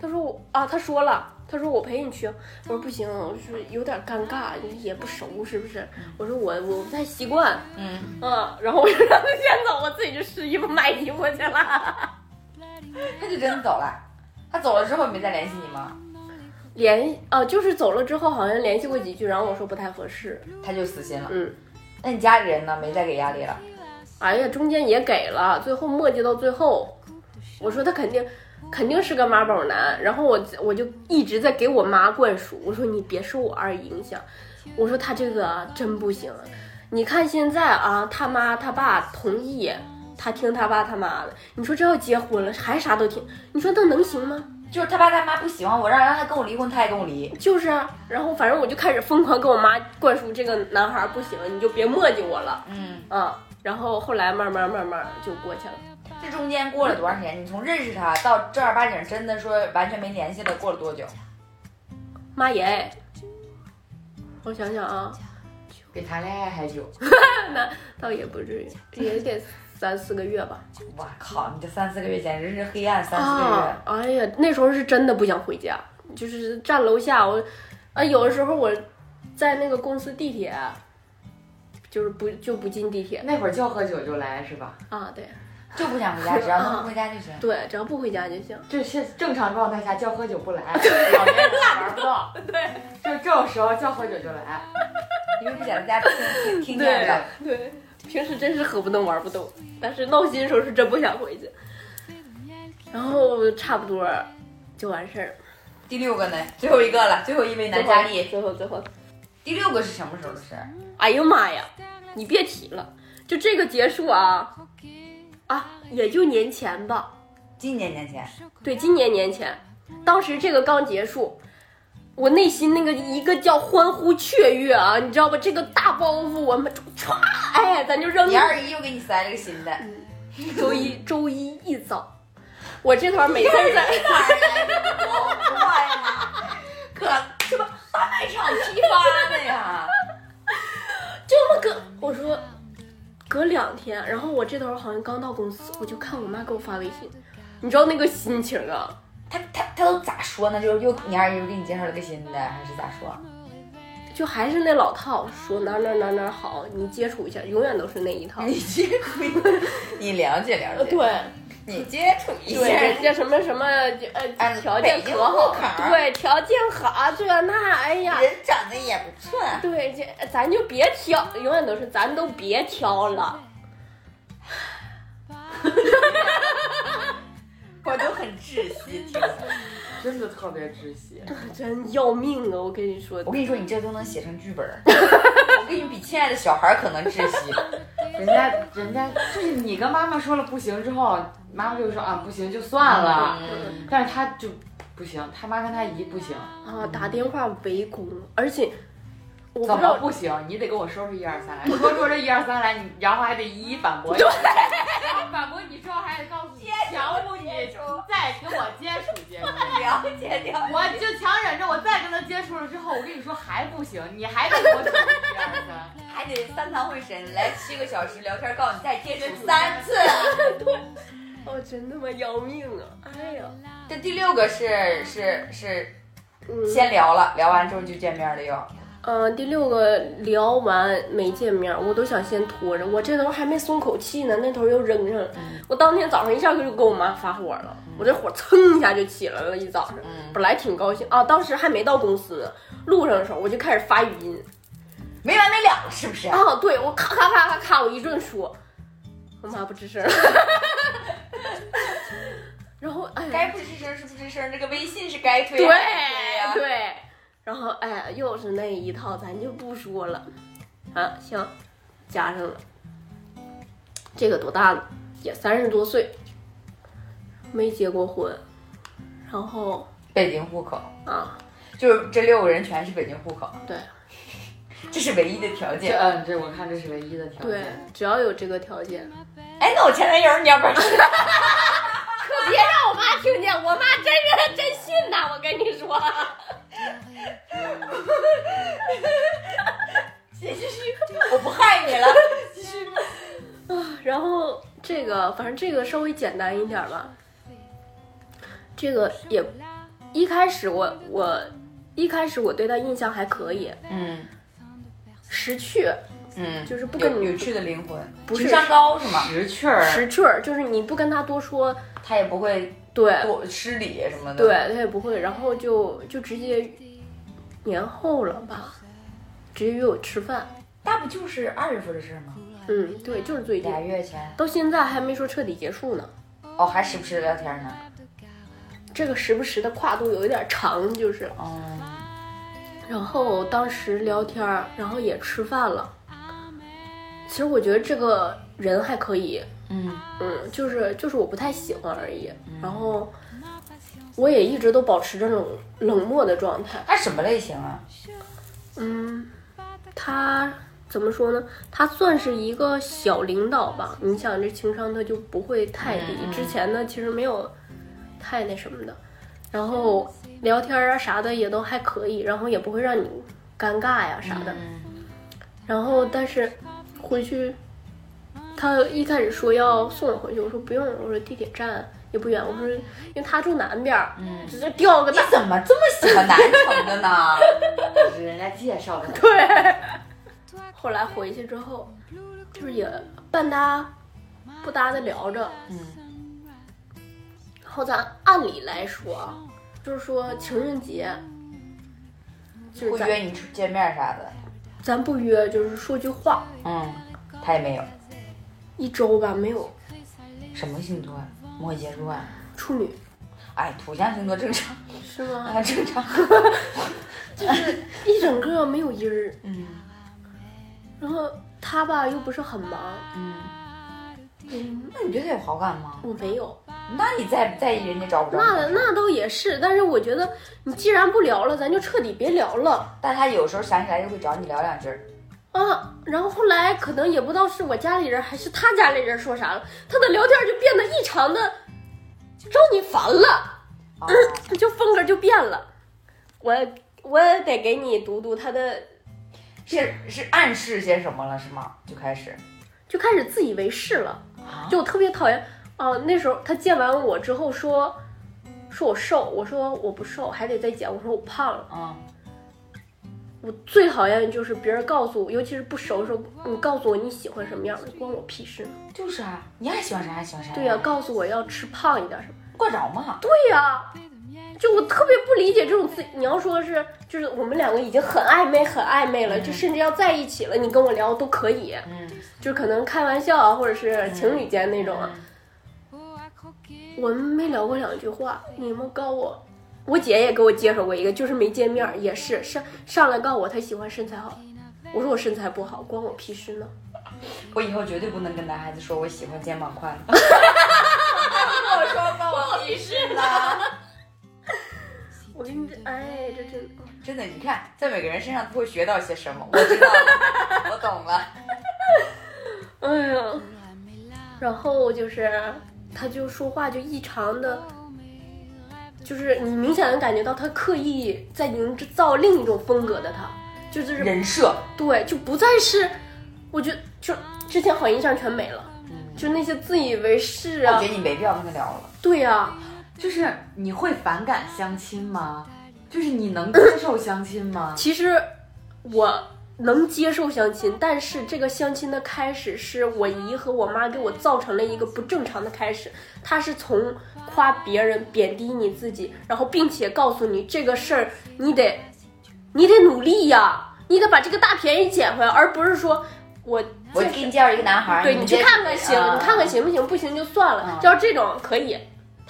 S5: 他说我啊，他说了，他说我陪你去。我说不行，我就是有点尴尬，也不熟，是不是？我说我我不太习惯，
S2: 嗯，
S5: 嗯。然后我就让他先走，我自己去试衣服买衣服去了。
S2: 他就真的走了。他走了之后也没再联系你吗？
S5: 联啊，就是走了之后好像联系过几句，然后我说不太合适，
S2: 他就死心了。
S5: 嗯。
S2: 那你家里人呢？没再给压力了？
S5: 哎呀，中间也给了，最后磨叽到最后，我说他肯定肯定是个妈宝男，然后我我就一直在给我妈灌输，我说你别受我二姨影响，我说他这个真不行，你看现在啊，他妈他爸同意，他听他爸他妈的，你说这要结婚了还啥都听，你说那能行吗？
S2: 就是他爸他妈不喜欢我，让让他跟我离婚，他也跟我离。
S5: 就是啊，然后反正我就开始疯狂跟我妈灌输这个男孩不行，你就别磨叽我了，
S2: 嗯，
S5: 嗯，然后后来慢慢慢慢就过去了。
S2: 这中间过了多长时间？你从认识他到正儿八经真的说完全没联系了，过了多久？
S5: 妈耶！我想想啊，
S1: 比谈恋爱还久。
S5: 倒也不至于，也得三四个月吧。
S2: 我靠，你这三四个月简直是黑暗三四个月。
S5: 啊，哎呀，那时候是真的不想回家，就是站楼下我，啊，有的时候我在那个公司地铁，就是不就不进地铁
S1: 那会儿叫喝酒就来是吧？
S5: 啊，对
S2: 就不想回家，只要能回家就行。
S5: 对，只要不回家就 行。
S1: 这现正常状态下叫喝酒不来，老 年人玩不到。对， 就这种时候叫喝酒就来。 哎
S2: 因为不想在家听听听见的。
S5: 对，平时真是喝不动玩不动，但是闹心的时候是真不想回去。然后差不多就完事儿。
S2: 第六个呢？最后一个了，最后一位男嘉宾。
S5: 最后最后，
S2: 第六个是什么时候的事儿？
S5: 哎呦妈呀，你别提了，就这个结束啊啊，也就年前吧，
S2: 今年年前。
S5: 对，今年年前，当时这个刚结束，我内心那个一个叫欢呼雀跃啊，你知道吧？这个大包袱我们歘，哎，咱就扔
S2: 你二姨又给你塞了个新的。
S5: 周一周一一早，我这团每天在。
S2: 哎哇呀，可什么大卖场批发的呀？
S5: 这么隔，我说隔两天，然后我这头好像刚到公司，我就看我妈给我发微信，你知道那个心情啊，
S2: 他他他都咋说呢？就是又你二姨又给你介绍了个新的，还是咋说？
S5: 就还是那老套，说哪哪哪哪好，你接触一下，永远都是那一 套。
S2: 你接触一下，你了解了
S5: 呃，
S2: 解。，
S5: 对
S2: 你接触一
S5: 对，人家什么什么呃
S2: 哎
S5: 条件
S2: 北京
S5: 可好
S2: 户口，
S5: 对条件好这那，哎呀，
S2: 人长得也不错。
S5: 对这咱就别挑，永远都是咱都别挑了。
S2: 我都很窒息。听着
S1: 真的特别窒息。
S5: 真要命啊！我跟你说
S2: 我，跟你说，你这都能写成剧本儿。 我跟你比亲爱的小孩儿可能窒息。
S1: 人家人家就是你跟妈妈说了不行之后，妈妈就说啊不行就算了，
S2: 嗯，
S1: 但是他就不行，他妈跟他姨不行，
S5: 啊，打电话围攻，而且我不
S1: 怎
S5: 知道
S1: 么不行？你得给我说出一二三来，说出这一二三来，你然后还得一一反驳你，然后反驳你之后还得告诉你，强迫你再跟我接触接触。
S2: 了解了解。
S1: 我就强忍着，我再跟他接触了之后，我跟你说还不行，你还得给我讲一二三。
S2: 还得三堂会审，来七个小时聊天，告诉你再接触三次。
S5: 哦，真他妈要命啊！哎呀，
S2: 这第六个是是是
S5: 嗯，
S2: 先聊了，聊完之后就见面了又。
S5: 嗯、第六个聊完没见面，我都想先拖着，我这头还没松口气呢，那头又扔上了。我当天早上一下就给我妈发火了，我这火蹭一下就起来了，一早上。
S2: 嗯，
S5: 本来挺高兴啊，当时还没到公司呢，路上的时候我就开始发语音
S2: 没完没了是不是？
S5: 啊，对我咔咔咔咔咔，我一顿说，我妈不吱声儿。 然后哎呀，
S2: 该不吱声是不吱声，这个微信是该啊推
S5: 对
S2: 还是推呀、
S5: 对，然后哎，又是那一套，咱就不说了。啊，行，加上了。这个多大了？也三十多岁，没结过婚，然后
S2: 北京户口，
S5: 啊，
S2: 就是这六个人全是北京户口，
S5: 对
S2: 这是唯一的条
S1: 这
S2: 件。
S1: 嗯，这我看这是唯一的条
S5: 对
S1: 件。，
S5: 只要有这个条件，
S2: 哎，那我前男友你要不要去？
S5: 可别让我妈听见，我妈真是真信呐，我跟你说。
S2: 我不害你了。
S5: 然后这个，反正这个稍微简单一点吧。这个也，一开始我我一开始我对他印象还可以，
S2: 嗯
S5: 识趣
S2: 嗯，
S5: 就是不跟
S2: 有有
S5: 你
S2: 趣的灵魂，
S5: 不是
S2: 情商高是吗？
S1: 识趣儿，
S5: 识趣儿，就是你不跟他多说，
S2: 他也不会
S5: 对
S2: 多失礼什么的。
S5: 对，他也不会，然后就就直接年后了吧，直接约我吃饭，
S2: 那不就是二月份的事儿吗？
S5: 嗯，对，就是最近，
S2: 俩月前。
S5: 到现在还没说彻底结束呢，
S2: 哦，还时不时聊天呢。
S5: 这个时不时的跨度有一点长，就是。
S2: 哦，
S5: 然后当时聊天儿，然后也吃饭了。其实我觉得这个人还可以，
S1: 嗯，
S5: 嗯，就是就是我不太喜欢而已。然后我也一直都保持这种冷漠的状态。
S2: 他什么类型啊？
S5: 嗯，他怎么说呢？他算是一个小领导吧。你想，这情商他就不会太低
S2: 嗯，嗯
S5: 之前呢其实没有太那什么的，然后聊天啊啥的也都还可以，然后也不会让你尴尬呀啥的。
S2: 嗯，
S5: 然后但是回去，他一开始说要送我回去，我说不用，我说地铁站也不远，我说因为他住南边儿，
S2: 嗯
S5: 直接掉个
S2: 你
S5: 大
S2: 怎么这么喜欢 南城的呢？
S1: 是人家介绍的。
S5: 对。后来回去之后，就是也半搭不搭的聊着，
S2: 嗯
S5: 然后咱按理来说，啊就是说情人节，就
S2: 不
S5: 是
S2: 约
S5: 咱
S2: 你出见面啥的。
S5: 咱不约，就是说句话，
S2: 嗯，他也没有。
S5: 一周吧，没有
S2: 什么星座？啊？摩羯座。啊？
S5: 处女
S2: 哎，土象星座正常，
S5: 是吗？
S2: 啊正常。
S5: 就是一整个没有音儿，
S2: 嗯
S5: 然后他吧又不是很忙，
S2: 嗯，
S5: 嗯，
S2: 那你对他有好感吗？
S5: 我没有，
S2: 那你在不在意人家找不着？
S5: 那那倒也是，但是我觉得你既然不聊了，咱就彻底别聊了。
S2: 但他有时候想起来就会找你聊两句儿。
S5: 啊，然后后来可能也不知道是我家里人还是他家里人说啥了，他的聊天就变得异常的招你烦了，
S2: 啊，
S5: 就风格就变了。我我得给你读读他的，
S2: 是是暗示些什么了是吗？就开始
S5: 就开始自以为是了，
S2: 啊，
S5: 就我特别讨厌啊。那时候他见完我之后说说我瘦，我说我不瘦，还得再减，我说我胖了。
S2: 嗯
S5: 我最讨厌就是别人告诉我，尤其是不熟的时候，你告诉我你喜欢什么样的，关我屁事呢。
S2: 就是啊，你爱喜欢啥爱喜欢啥。
S5: 对呀、告诉我要吃胖一点什么。
S2: 怪着嘛。
S5: 对呀、就我特别不理解这种自，你要说是就是我们两个已经很暧昧很暧昧了，就甚至要在一起了，你跟我聊都可以，
S2: 嗯
S5: 就是可能开玩笑啊，或者是情侣间那种啊。我们没聊过两句话，你们告我，我姐也给我介绍过一个，就是没见面儿，也是上上来告我她喜欢身材好，我说我身材不好，关我屁事呢。
S2: 我以后绝对不能跟男孩子说我喜欢肩膀 宽的。我说关我屁事呢！
S5: 我跟你哎，这真的
S2: 真的，你看，在每个人身上都会学到些什么。我知道 了，我懂了。
S5: 哎呀，然后就是他就说话就异常的，就是你明显能感觉到他刻意在营造另一种风格的他，就就是
S2: 人设，
S5: 对，就不再是，我觉得就之前好印象全没了，就那些自以为是
S2: 嗯我
S5: 啊
S2: 觉，得你没必要跟他聊了。
S5: 对啊呀、
S1: 就是你会反感相亲吗？就是你能接受相亲吗？
S5: 其实我能接受相亲，但是这个相亲的开始是我姨和我妈给我造成了一个不正常的开始。她是从夸别人、贬低你自己，然后并且告诉你这个事儿你得你得努力呀，你得把这个大便宜捡回来，而不是说我
S2: 我给你介绍一个男孩儿，
S5: 对你去
S2: 这
S5: 看看行，
S2: 啊
S5: 你看看行不行？不行就算了
S2: 嗯，
S5: 要这种可以。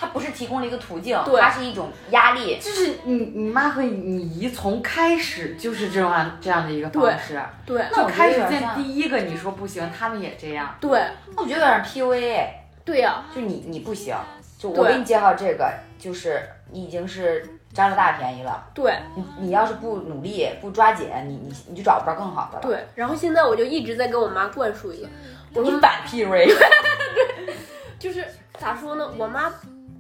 S2: 他不是提供了一个途径，
S5: 对
S2: 他是一种压力。
S1: 就是你你妈和你姨从开始就是这样这样的一个方式，啊
S5: 对
S1: 就开始
S2: 那我觉得有点
S1: 见
S2: 像
S1: 第一个你说不行，他们也这样。
S5: 对
S2: 我觉得有点 PUA，
S5: 对呀、
S2: 就你你不行，就我
S5: 对
S2: 给你介绍这个，就是你已经是占了大便宜了。
S5: 对。
S2: 你你要是不努力不抓紧，你你你就找不着更好的了。
S5: 对，然后现在我就一直在跟我妈灌输一个，我说
S2: 你反 PUA，
S5: 就是咋说呢，我妈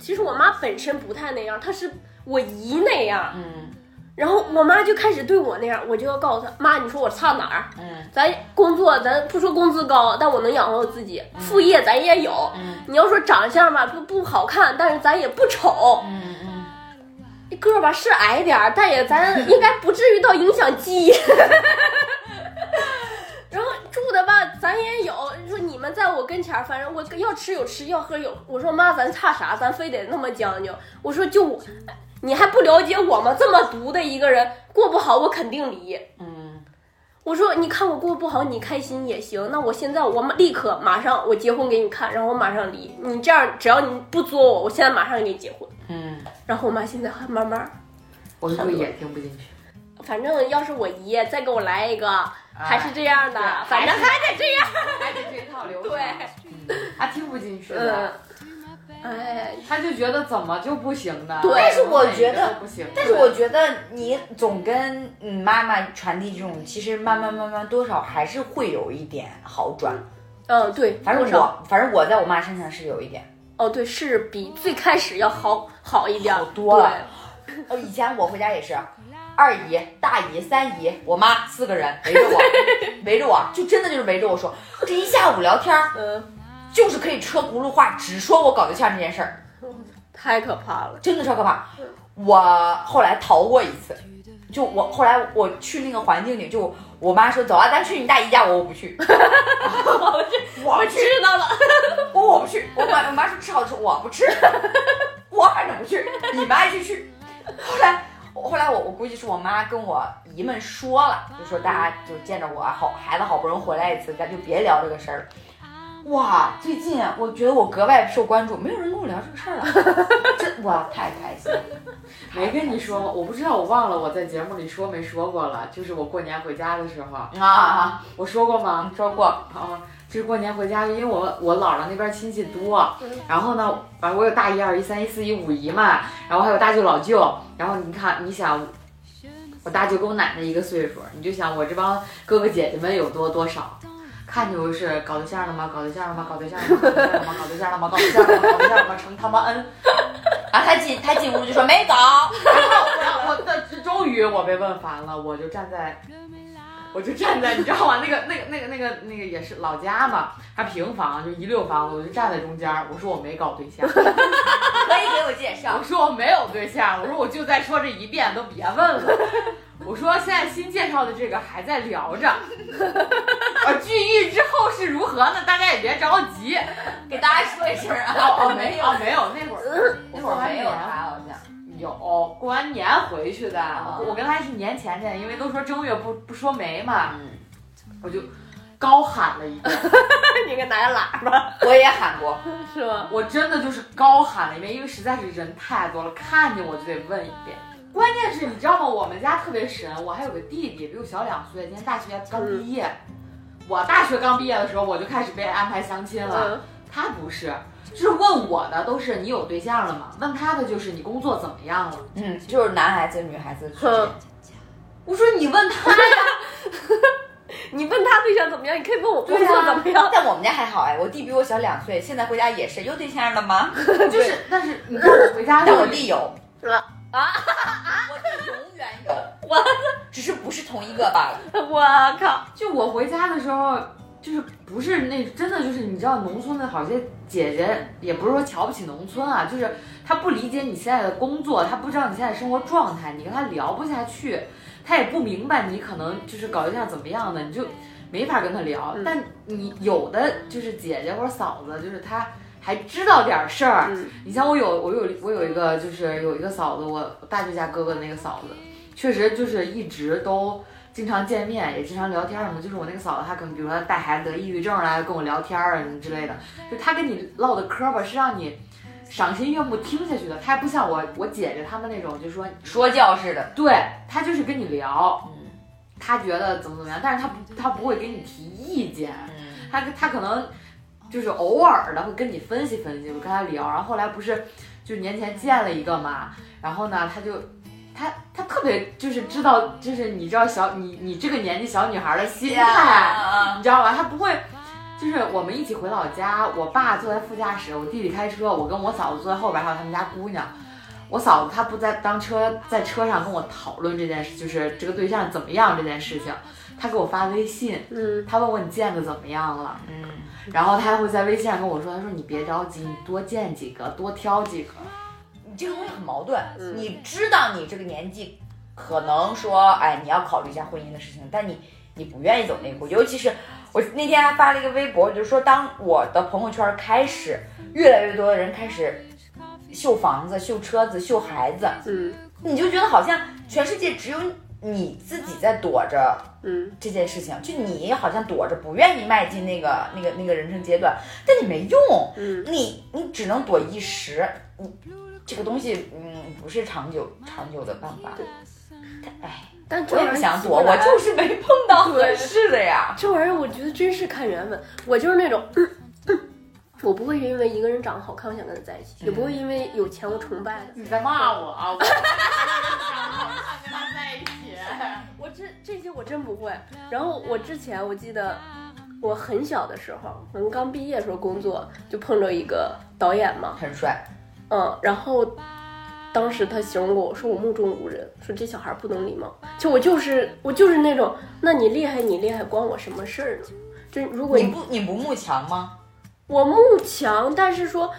S5: 其实我妈本身不太那样，她是我姨那样，
S2: 嗯
S5: 然后我妈就开始对我那样，我就要告诉她妈，你说我差哪儿？
S2: 嗯
S5: 咱工作，咱不说工资高，但我能养活我自己，副业咱也有。
S2: 嗯
S5: 你要说长相吧，不不好看，但是咱也不丑，
S2: 嗯嗯，
S5: 个儿吧是矮点儿，但也咱应该不至于到影响记忆。 然后住的吧，咱也有。说你们在我跟前儿，反正我要吃有吃，要喝有。我说妈，咱差啥？咱非得那么将就？我说就我，你还不了解我吗？这么毒的一个人，过不好我肯定离。
S2: 嗯
S5: 我说你看我过得不好，你开心也行。那我现在我马立刻马上我结婚给你看，然后我马上离你这样，只要你不作我，我现在马上给你结婚。
S1: 嗯，
S5: 然后我妈现在还慢慢，
S1: 我就会也听不进去。
S5: 反正要是我姨再给我来一个，还是这样的，
S1: 对
S5: 反正
S1: 还
S5: 还得这样。
S1: 还得这套流程，
S5: 对，
S1: 啊嗯他听不进去
S2: 呃
S5: 嗯
S1: 的，，
S5: 哎，
S1: 他就觉得怎么就不行呢？
S5: 对
S2: 但是我
S1: 每个
S2: 觉得
S1: 都不行，
S2: 但是我觉得你总跟你妈妈传递这种，其实慢慢慢慢多少还是会有一点好转。
S5: 嗯，对，
S2: 反正
S5: 多少
S2: 我，反正我在我妈身上是有一点。
S5: 哦，对，是比最开始要好好一点，
S2: 好多了
S5: 对
S2: 呃，以前我回家也是，二姨、大姨、三姨，我妈四个人围着 我，围着我就真的就是围着我说，这一下午聊天儿
S5: 嗯，
S2: 就是可以车轱辘话，只说我搞对象这件事儿，
S5: 太可怕了。
S2: 真的超可怕。我后来逃过一次，就我后来我去那个环境里，就我妈说走啊，咱去你大姨家，我说我不去， 我去，
S5: 知道了，
S2: 我我不去，我妈我妈说吃好吃，我不吃， 我反正不去，你们爱去去。后来我后来我我估计是我妈跟我姨们说了，就说大家就见着我好孩子好不容易回来一次，咱就别聊这个事儿了。哇，最近我觉得我格外受关注，没有人跟我聊这个事儿了，真哇太开心了。
S1: 没跟你说吗？我不知道，我忘了我在节目里说没说过了。就是我过年回家的时候，
S2: 啊，
S1: 我说过吗？
S2: 说过，
S1: 啊，就是过年回家，因为我我姥姥那边亲戚多
S5: 嗯，
S1: 然后呢，啊，我有大姨、二姨、三姨、四姨、五姨嘛，然后还有大舅、老舅，然后你看，你想，我大舅跟我奶奶一个岁数，你就想我这帮哥哥姐姐们有多多少。看着我是搞对象了吗？搞对象了吗？搞对象了吗？搞对象了吗？搞对象了吗？搞对象了吗？搞对象了吗？成他妈 N！
S2: 然后啊他进他进屋就说没搞，
S1: 然后我的终于我被问烦了，我就站在，我就站在，你知道吗？那个那个那个那个那个也是老家嘛，还平房，就一溜房子，我就站在中间儿，我说我没搞对象，
S2: 可以给我介绍
S1: 我。说我没有对象，我说我就再说这一遍，都别问了。我说现在新介绍的这个还在聊着， 啊，聚义之后是如何呢？大家也别着急。
S2: 给大家说一声啊，
S1: 哦哦没哦没有那会儿那会儿
S2: 没
S1: 没
S2: 有
S1: 有。
S2: 啥好像。
S1: 有过完年回去的，
S2: 啊
S1: 我跟他是年前见，因为都说正月不不说媒嘛，
S2: 嗯，
S1: 我就高喊了一遍，
S5: 你给拿个喇叭
S2: 我也喊过，
S5: 是吗？
S1: 我真的就是高喊了一遍，因为实在是人太多了，看见我就得问一遍。关键是你知道吗？我们家特别神，我还有个弟弟，比我小两岁，今年大学刚毕业。我大学刚毕业的时候，我就开始被安排相亲了。
S5: 嗯，
S1: 他不是，就是问我的都是你有对象了吗？问他的就是你工作怎么样 了？
S2: 嗯，就是男孩子女孩子之间
S5: 哼，
S1: 我说你问他
S5: 你问他对象怎么样，你可以问我工
S2: 对
S5: 作
S2: 啊
S5: 怎么样。
S2: 但我们家还好哎，我弟比我小两岁，现在回家也是有对象了吗？
S1: 就是，但是你看我回家
S2: 但
S1: 就
S2: 我弟有，我
S5: 啊！
S2: 弟永远有，
S5: 我
S2: 只是不是同一个罢了。
S5: 我靠！
S1: 就我回家的时候，就是不是那真的就是你知道农村的好些姐姐，也不是说瞧不起农村啊，就是她不理解你现在的工作，她不知道你现在的生活状态，你跟她聊不下去，她也不明白你可能就是搞对象怎么样的，你就没法跟她聊。
S5: 嗯
S1: 但你有的就是姐姐或者嫂子，就是她还知道点儿事儿，
S5: 嗯
S1: 你像我有我有我有一个就是有一个嫂子，我大舅家哥哥的那个嫂子，确实就是一直都经常见面，也经常聊天儿什么。就是我那个嫂子，她可能比如说带孩子得抑郁症啦，跟我聊天儿啊什么之类的，就她跟你唠的嗑儿吧，是让你赏心悦目听下去的。她还不像我我姐姐她们那种，就说
S2: 说教似的，
S1: 对她就是跟你聊，
S2: 嗯
S1: 她觉得怎么怎么样，但是她不她不会给你提意见，
S2: 嗯，
S1: 他他可能就是偶尔的会跟你分析分析，我跟他聊，然后后来不是就是年前见了一个嘛，然后呢他就他他特别就是知道就是你知道小你你这个年纪小女孩的心态，
S2: 啊
S1: 你知道吧？他不会。就是我们一起回老家，我爸坐在副驾驶，我弟弟开车，我跟我嫂子坐在后边，还有他们家姑娘。我嫂子她不在当车在车上跟我讨论这件事，就是这个对象怎么样这件事情，她给我发微信，
S5: 嗯，
S1: 她问我你见的怎么样了，
S2: 嗯，
S1: 然后他还会在微信上跟我说，他说你别着急，你多见几个，多挑几个。
S2: 你这个东西很矛盾，
S5: 嗯
S2: 你知道你这个年纪可能说，哎，你要考虑一下婚姻的事情，但你你不愿意走那一步，尤其是我那天还发了一个微博，我就说当我的朋友圈开始越来越多的人开始秀房子、秀车子、秀孩子，
S5: 嗯，
S2: 你就觉得好像全世界只有你自己在躲着
S5: 嗯，
S2: 这件事情，就你好像躲着不愿意迈进那个那个那个人生阶段，但你没用，
S5: 嗯，
S2: 你你只能躲一时，你这个东西嗯不是长久长久的办法。哎，
S5: 但这
S2: 我
S5: 玩意
S2: 也
S5: 儿
S2: 不想
S5: 急
S2: 躲，
S5: 来
S2: 我就是没碰到合适的呀。
S5: 这玩意儿我觉得真是看缘分。我就是那种，嗯嗯我不会是因为一个人长得好看我想跟他在一起，也
S2: 嗯
S5: 不会因为有钱我崇拜他。
S1: 你在骂我 啊！我跟他在一起，
S5: 我这这些我真不会。然后我之前我记得我很小的时候，可能刚毕业的时候工作就碰着一个导演嘛，
S2: 很帅，
S5: 嗯，然后当时他形容过我说我目中无人，说这小孩不懂礼貌。就我就是我就是那种，那你厉害你厉害，关我什么事儿呢？就如果
S2: 你不你不慕强吗？
S5: 我慕强，但是说，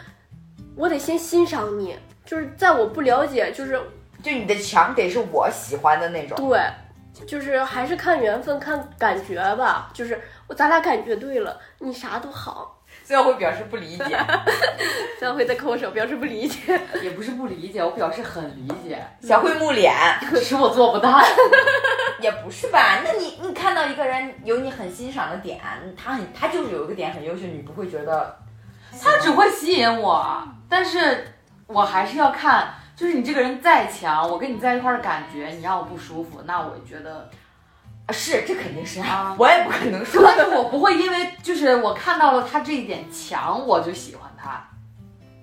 S5: 我得先欣赏你，就是在我不了解，就是
S2: 就你的强得是我喜欢的那种。
S5: 对，就是还是看缘分、看感觉吧。就是我咱俩感觉对了，你啥都 好。
S2: 最后会表示不理解，
S5: 小辉在抠手，表示不理解。
S1: 也不是不理解，我表示很理解，
S2: 小慧木脸
S1: 可是我做不到。
S2: 也不是吧？那你你看到一个人有你很欣赏的点，他很他就是有一个点很优秀，你不会觉得
S1: 他只会吸引我，但是我还是要看，就是你这个人再强，我跟你在一块儿的感觉，你让我不舒服，那我觉得
S2: 啊是这肯定是
S1: 啊
S2: 我也不可能说
S1: 但是我不会因为就是我看到了他这一点强，我就喜欢他。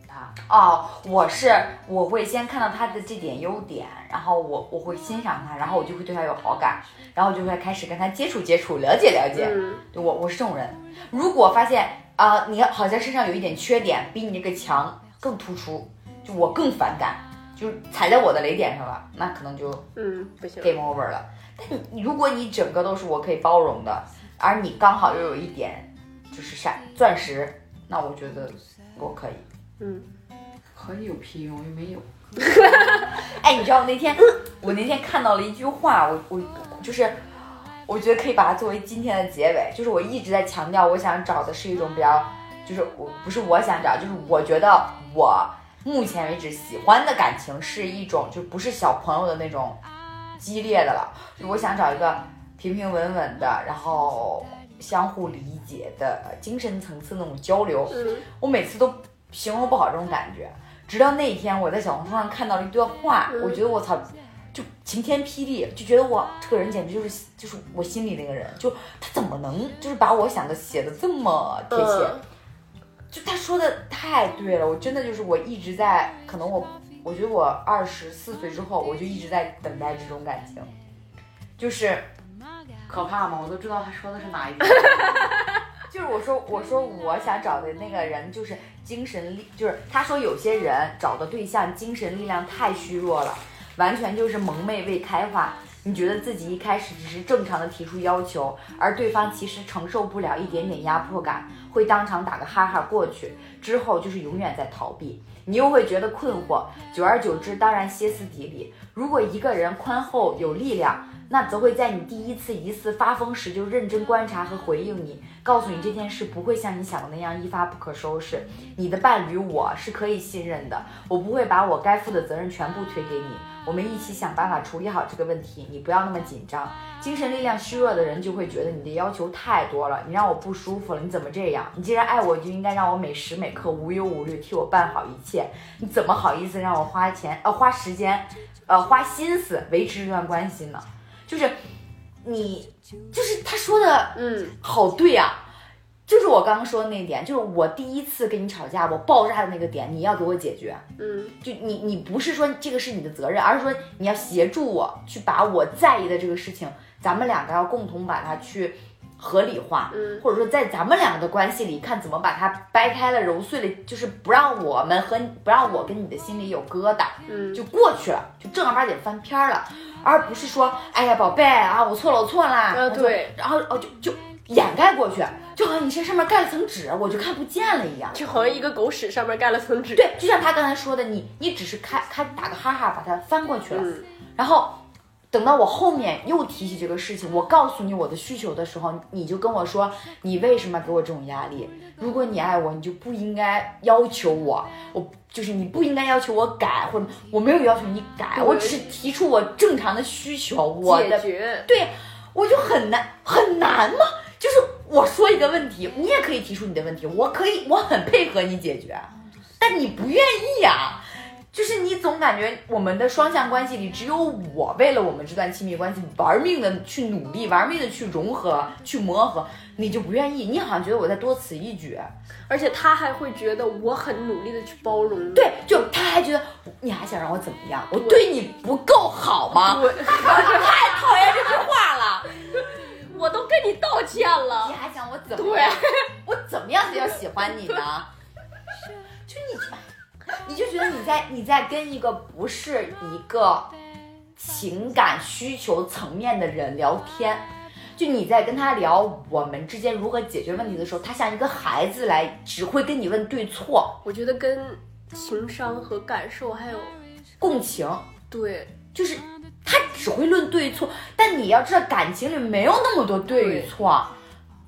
S1: 他
S2: 哦，我是我会先看到他的这点优点，然后我我会欣赏他，然后我就会对他有好感，然后我就会开始跟他接触接触，了解了解。
S5: 嗯，
S2: 对我我是这种人，如果发现啊、你好像身上有一点缺点，比你这个强更突出，就我更反感，就是踩在我的雷点上了，那可能就
S5: 嗯，不行。
S2: game over 了。但你你如果你整个都是我可以包容的，而你刚好又有一点就是闪钻石，那我觉得我可以。
S5: 嗯，
S1: 可以有屁用，又没有。
S2: 哎，你知道我那天我那天看到了一句话，我我就是我觉得可以把它作为今天的结尾，就是我一直在强调，我想找的是一种比较，就是我不是我想找，就是我觉得我目前为止喜欢的感情是一种，就不是小朋友的那种激烈的了，就我想找一个平平稳稳的，然后相互理解的精神层次那种交流，
S5: 嗯
S2: 我每次都形容不好这种感觉，直到那一天我在小红书上看到了一段话，
S5: 嗯
S2: 我觉得我操，就晴天霹雳，就觉得我这个人简直就是就是我心里那个人，就他怎么能就是把我想的写的这么贴切？
S5: 嗯
S2: 就他说的太对了，我真的就是我一直在，可能我我觉得我二十四岁之后，我就一直在等待这种感情，就是
S1: 可怕吗？我都知道他说的是哪一点。
S2: 就是我说我说我想找的那个人就是精神力，就是他说有些人找的对象精神力量太虚弱了，完全就是萌妹未开化。你觉得自己一开始只是正常的提出要求，而对方其实承受不了一点点压迫感，会当场打个哈哈过去，之后就是永远在逃避，你又会觉得困惑，久而久之，当然歇斯底里。如果一个人宽厚有力量，那则会在你第一次疑似发疯时就认真观察和回应你，告诉你这件事不会像你想的那样一发不可收拾。你的伴侣我是可以信任的，我不会把我该负的责任全部推给你。我们一起想办法处理好这个问题，你不要那么紧张。精神力量虚弱的人就会觉得你的要求太多了，你让我不舒服了，你怎么这样？你既然爱我，就应该让我每时每刻无忧无虑，替我办好一切。你怎么好意思让我花钱呃花时间，呃花心思维持这段关系呢？就是你，就是他说的
S5: 嗯，
S2: 好对呀、就是我刚刚说的那一点，就是我第一次跟你吵架，我爆炸的那个点，你要给我解决。
S5: 嗯
S2: 就你你不是说这个是你的责任，而是说你要协助我去把我在意的这个事情，咱们两个要共同把它去合理化，
S5: 嗯
S2: 或者说在咱们两个的关系里，看怎么把它掰开了、揉碎了，就是不让我们和不让我跟你的心里有疙瘩。
S5: 嗯
S2: 就过去了，就正儿八经翻篇儿了，而不是说，哎呀，宝贝啊，我错了，我错了，
S5: 呃
S2: 我就
S5: 对，
S2: 然后哦就就掩盖过去，就好像你身上面盖了层纸，我就看不见了一样。
S5: 就好像一个狗屎上面盖了层纸。
S2: 对，就像他刚才说的，你你只是开开打个哈哈把它翻过去了，
S5: 嗯
S2: 然后等到我后面又提起这个事情，我告诉你我的需求的时候，你就跟我说你为什么给我这种压力？如果你爱我，你就不应该要求我，我就是你不应该要求我改，或者我没有要求你改，
S5: 对
S2: 我只是提出我正常的需求，我
S5: 解
S2: 的
S5: 决，
S2: 对，我就很难很难吗？就是我说一个问题，你也可以提出你的问题，我可以，我很配合你解决，但你不愿意啊。就是你总感觉我们的双向关系里，只有我为了我们这段亲密关系玩命的去努力，玩命的去融合、去磨合，你就不愿意，你好像觉得我在多此一举。
S5: 而且他还会觉得我很努力的去包容你。
S2: 对，就他还觉得你还想让我怎么样？我对你不够好吗？
S5: 我
S2: 太讨厌这句话了。
S5: 我都跟你道歉
S2: 你
S5: 了，
S2: 还想我怎么样？我怎么样才叫喜欢你呢？就你，你就觉得你在你在跟一个不是一个情感需求层面的人聊天，就你在跟他聊我们之间如何解决问题的时候，他像一个孩子来，只会跟你问对错、
S5: 我觉得跟情商和感受还有
S2: 共情，
S5: 对
S2: 就是他只会论对错，但你要知道，感情里没有那么多对与错。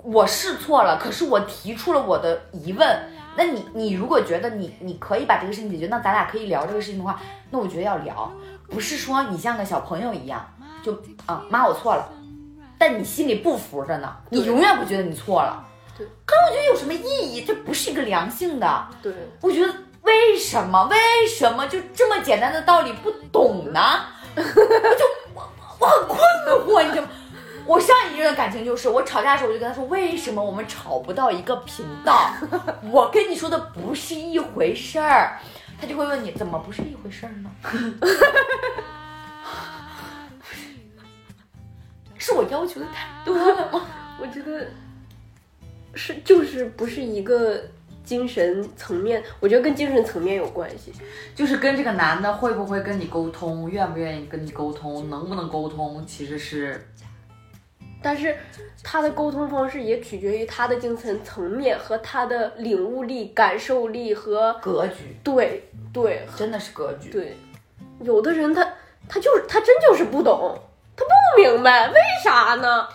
S2: 我是错了，可是我提出了我的疑问。那你你如果觉得你你可以把这个事情解决，那咱俩可以聊这个事情的话，那我觉得要聊，不是说你像个小朋友一样，就啊妈我错了，但你心里不服着呢，你
S5: 对
S2: 永远不觉得你错了。
S5: 对
S2: 可我觉得有什么意义？这不是一个良性的。
S5: 对，
S2: 我觉得为什么为什么就这么简单的道理不懂呢？我就我我我很困惑，你知道吗？我上一任的感情就是，我吵架的时候我就跟他说，为什么我们吵不到一个频道？我跟你说的不是一回事儿，他就会问你怎么不是一回事儿呢？是我要求的太多了吗？
S5: 我觉得是就是不是一个精神层面，我觉得跟精神层面有关系。
S1: 就是跟这个男的会不会跟你沟通，愿不愿意跟你沟通，能不能沟通，其实是
S5: 但是他的沟通方式也取决于他的精神层面和他的领悟力、感受力和
S2: 格局
S5: 对对
S2: 真的是格局。
S5: 对，有的人他他就是他真就是不懂，他不明白为啥呢？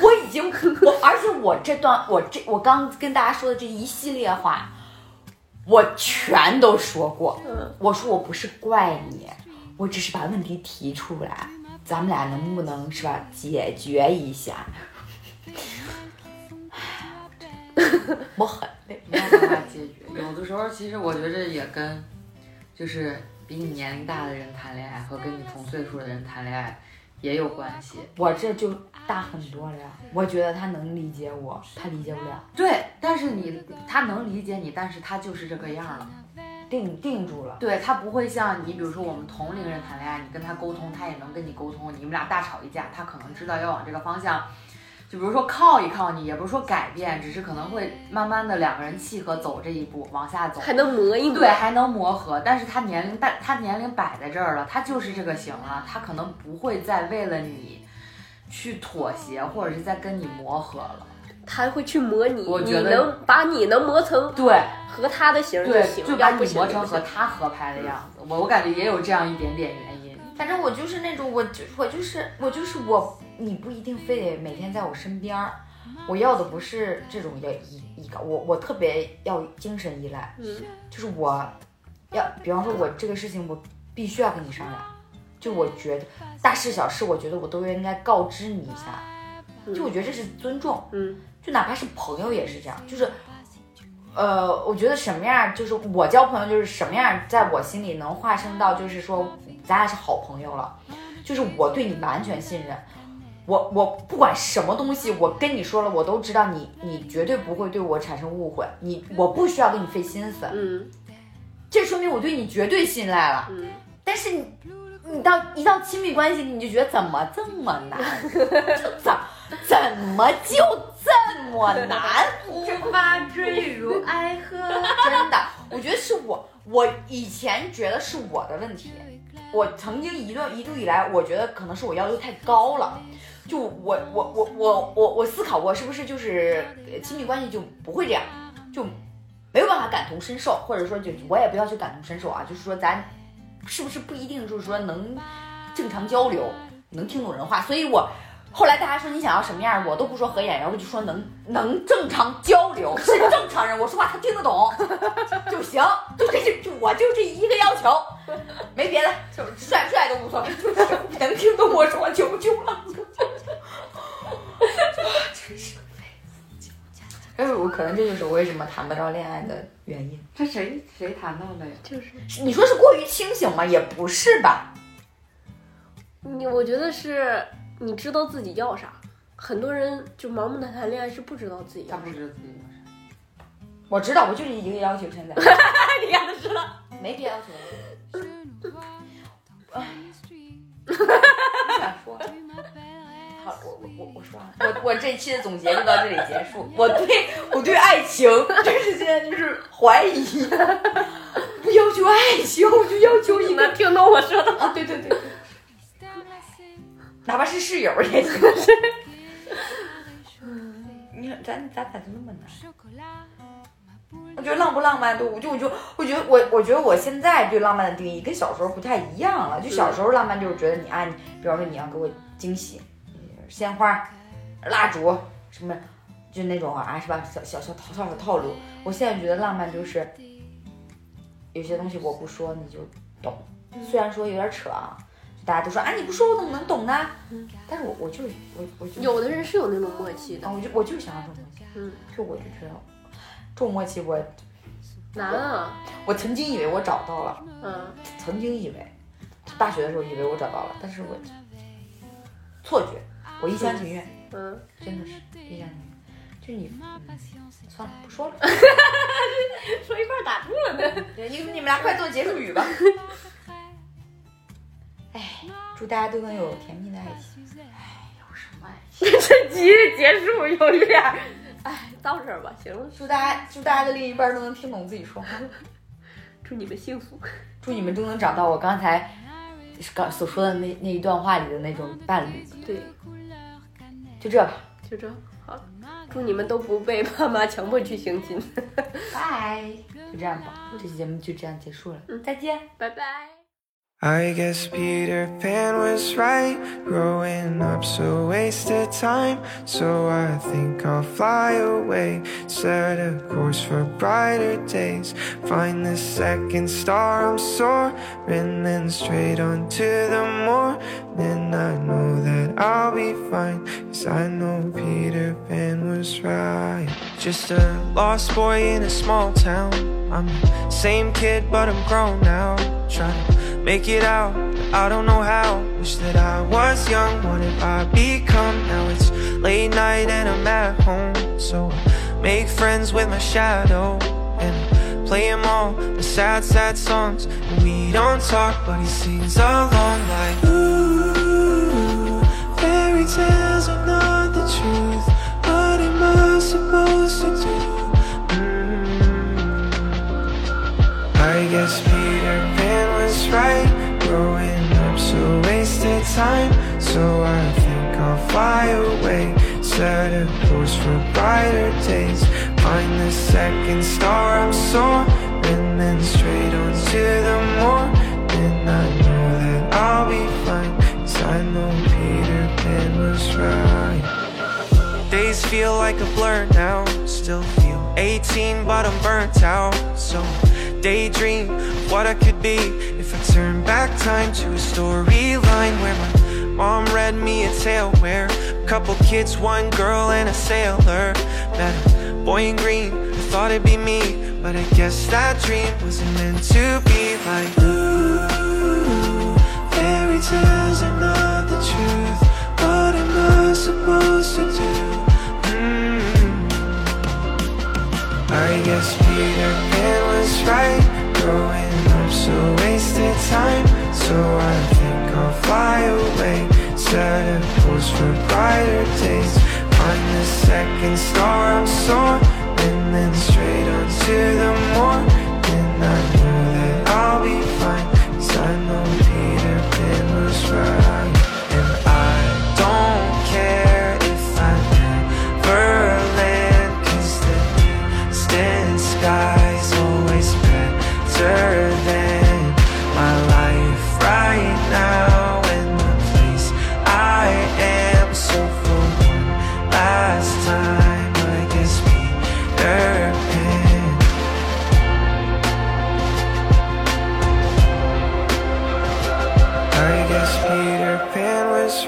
S2: 我已经我，而且我这段我这我刚跟大家说的这一系列话，我全都说过。
S5: 嗯，
S2: 我说我不是怪你，我只是把问题提出来，咱们俩能不能是吧解决一下？我很累，
S1: 没有办法解决。有的时候，其实我觉着也跟，就是比你年龄大的人谈恋爱和跟你同岁数的人谈恋爱也有关系。
S2: 我这就大很多了呀。我觉得他能理解我，他理解不了，
S1: 对，但是你他能理解你，但是他就是这个样儿了。
S2: 定定住了。
S1: 对他不会像你，比如说我们同龄人谈恋爱，你跟他沟通，他也能跟你沟通。你们俩大吵一架，他可能知道要往这个方向，就比如说靠一靠你，也不是说改变，只是可能会慢慢的两个人契合走这一步，往下走。
S5: 还能磨一磨
S1: 对，，还能磨合，但是他年龄大，他年龄摆在这儿了，他就是这个型了，他可能不会再为了你去妥协，或者是在跟你磨合了。
S5: 他还会去磨你，
S1: 我
S5: 你
S1: 觉得
S5: 能把你能磨成
S1: 对，
S5: 和他的型儿就
S1: 对，
S5: 行，
S1: 就把
S5: 要不
S1: 你
S5: 行
S1: 磨
S5: 就
S1: 成
S5: 不
S1: 和
S5: 行
S1: 他合拍的样子。我我感觉也有这样一点点原因。
S2: 反正我就是那种，我就我就是我就是我，你不一定非得每天在我身边儿。我要的不是这种要依依靠，我我特别要精神依赖，
S5: 嗯，
S2: 就是我要，比方说我这个事情我必须要跟你商量，就我觉得大事小事，我觉得我都应该告知你一下，就我觉得这是尊重，
S5: 嗯，
S2: 就哪怕是朋友也是这样，就是，呃，我觉得什么样，就是我交朋友就是什么样，在我心里能化身到就是说，咱俩是好朋友了，就是我对你完全信任，我我不管什么东西，我跟你说了，我都知道你你绝对不会对我产生误会，你我不需要跟你费心思，
S5: 嗯
S2: 这说明我对你绝对信赖了。
S5: 嗯，
S2: 但是你你到一到亲密关系里，你就觉得怎么这么难，就怎怎么就这么难？
S1: 春花坠如爱河。
S2: 真的，我觉得是我，我以前觉得是我的问题，我曾经一段一度以来，我觉得可能是我要求太高了，就我我我我我我思考过是不是就是呃亲密关系就不会这样，就没有办法感同身受，或者说就我也不要去感同身受啊，就是说咱是不是不一定就是说能正常交流，能听懂人话。所以我后来大家说你想要什么样，我都不说合眼缘，我就说能能正常交流，是正常人，我说话他听得懂就行，就这就我就这一个要求，没别的，就是帅不帅都无所谓，就是能听懂我说话就就了。哎，我可能这就是我为什么谈不到恋爱的原因。
S1: 这谁谁谈到的呀？
S5: 就是
S2: 你说是过于清醒吗？也不是吧。
S5: 你，我觉得是你知道自己要啥。很多人就盲目的谈恋爱是不知道自己
S1: 他
S5: 要啥
S1: 不。知道自己要啥。
S2: 我知道，我就是一个要求，现在
S5: 你看他知道，
S2: 没别的要求了。不想说。好，我我我我说完了，我我这期的总结就到这里结束。我对我对爱情，就是现在就是怀疑， 不要求爱情，我就要求一
S5: 你
S2: 个
S5: 能听懂我说的吗？
S2: 啊，对对对，对 哪怕是室友也行。 你看咱咱咋就那么难？我觉得浪不浪漫都，我就我就我觉得我我觉得我现在对浪漫的定义跟小时候不太一样了。就小时候浪漫就是觉得你啊，你比方说你要给我惊喜，鲜花、蜡烛什么，就那种啊，是吧？小小小套小套路。我现在觉得浪漫就是有些东西我不说你就懂，
S5: 嗯
S2: 虽然说有点扯啊，就大家都说啊你不说我怎么能懂呢？但是我我就是我我就
S5: 嗯有的人是有那种默契的
S2: 啊，，我就我就想要这种默契，
S5: 嗯，
S2: 就我就觉得这种默契我
S5: 难啊，
S2: 我曾经以为我找到了，
S5: 嗯，
S2: 曾经以为，大学的时候以为我找到了，但是我错觉，我一厢情愿，
S5: 嗯，
S2: 真的是一厢情愿。就是你，嗯，算了，不说了。
S5: 说一块打住了呢。
S2: 你你们俩快做结束语吧。 哎，祝大家都能有甜蜜的爱情。
S5: 这集的结束有点儿， 哎，到这儿吧，行了，
S2: 祝大家祝大家的另一半都能听懂自己说话。
S5: 祝你们幸 福。
S2: 祝你们都能找到我刚才刚所说的那那一段话里的那种伴侣。
S5: 对，
S2: 就这吧，
S5: 就这，好，祝你们都不被爸妈强迫去相 亲，
S2: 拜，嗯就这样吧，这期节目就这样结束了，再见。
S5: 拜拜。
S3: I guess Peter Pan was right. Growing up's a waste of time. So I think I'll fly away. Set a course for brighter days. Find the second star I'm soaring. Then straight on to the morning. I know that I'll be fine. Cause I know Peter Pan was right. Just a lost boy in a small town. I'm the same kid, but I'm grown now. Trying to make it out. I don't know how. Wish that I was young. What if I become? Now it's late night and I'm at home. So I make friends with my shadow and I play him all the sad, sad songs. And we don't talk, but he sings along like, Ooh, fairy tales are not the truth. What am I supposed to do? Mm. I guess Peter Pan was right. Growing up's a waste of time. So I think I'll fly away. Set a course for brighter days. Find the second star I'm soaring. Then straight on to the morning. I know that I'll be fine. Cause I know Peter Pan was right. Days feel like a blur now. Still feel 18, but I'm burnt out. So daydream of what I could be if I turn back time to a storyline where my mom read me a tale where a couple kids, one girl, and a sailor met a boy in green. I thought it'd be me, but I guess that dream wasn't meant to be like. Ooh, fairy tales are not the truth. What am I supposed to do? Mm. I guess Peter Pan was right. Growing up's a waste of time. So I think I'll fly away. Set a course for brighter days. Find the second star I'm soaring. Then straight on to the morning. I know that I'll be fine. Cause I know Peter Pan was right. And I don't care if I never land. Cause the distant sky's always better than my life right now. And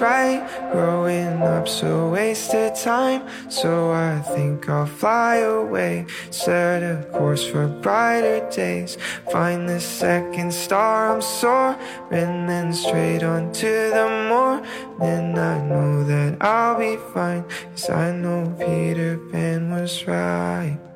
S3: right, growing up, so wasted time. So I think I'll fly away, set a course for brighter days. Find the second star, I'm soaring, then straight on to the morning. I know that I'll be fine, cause I know Peter Pan was right.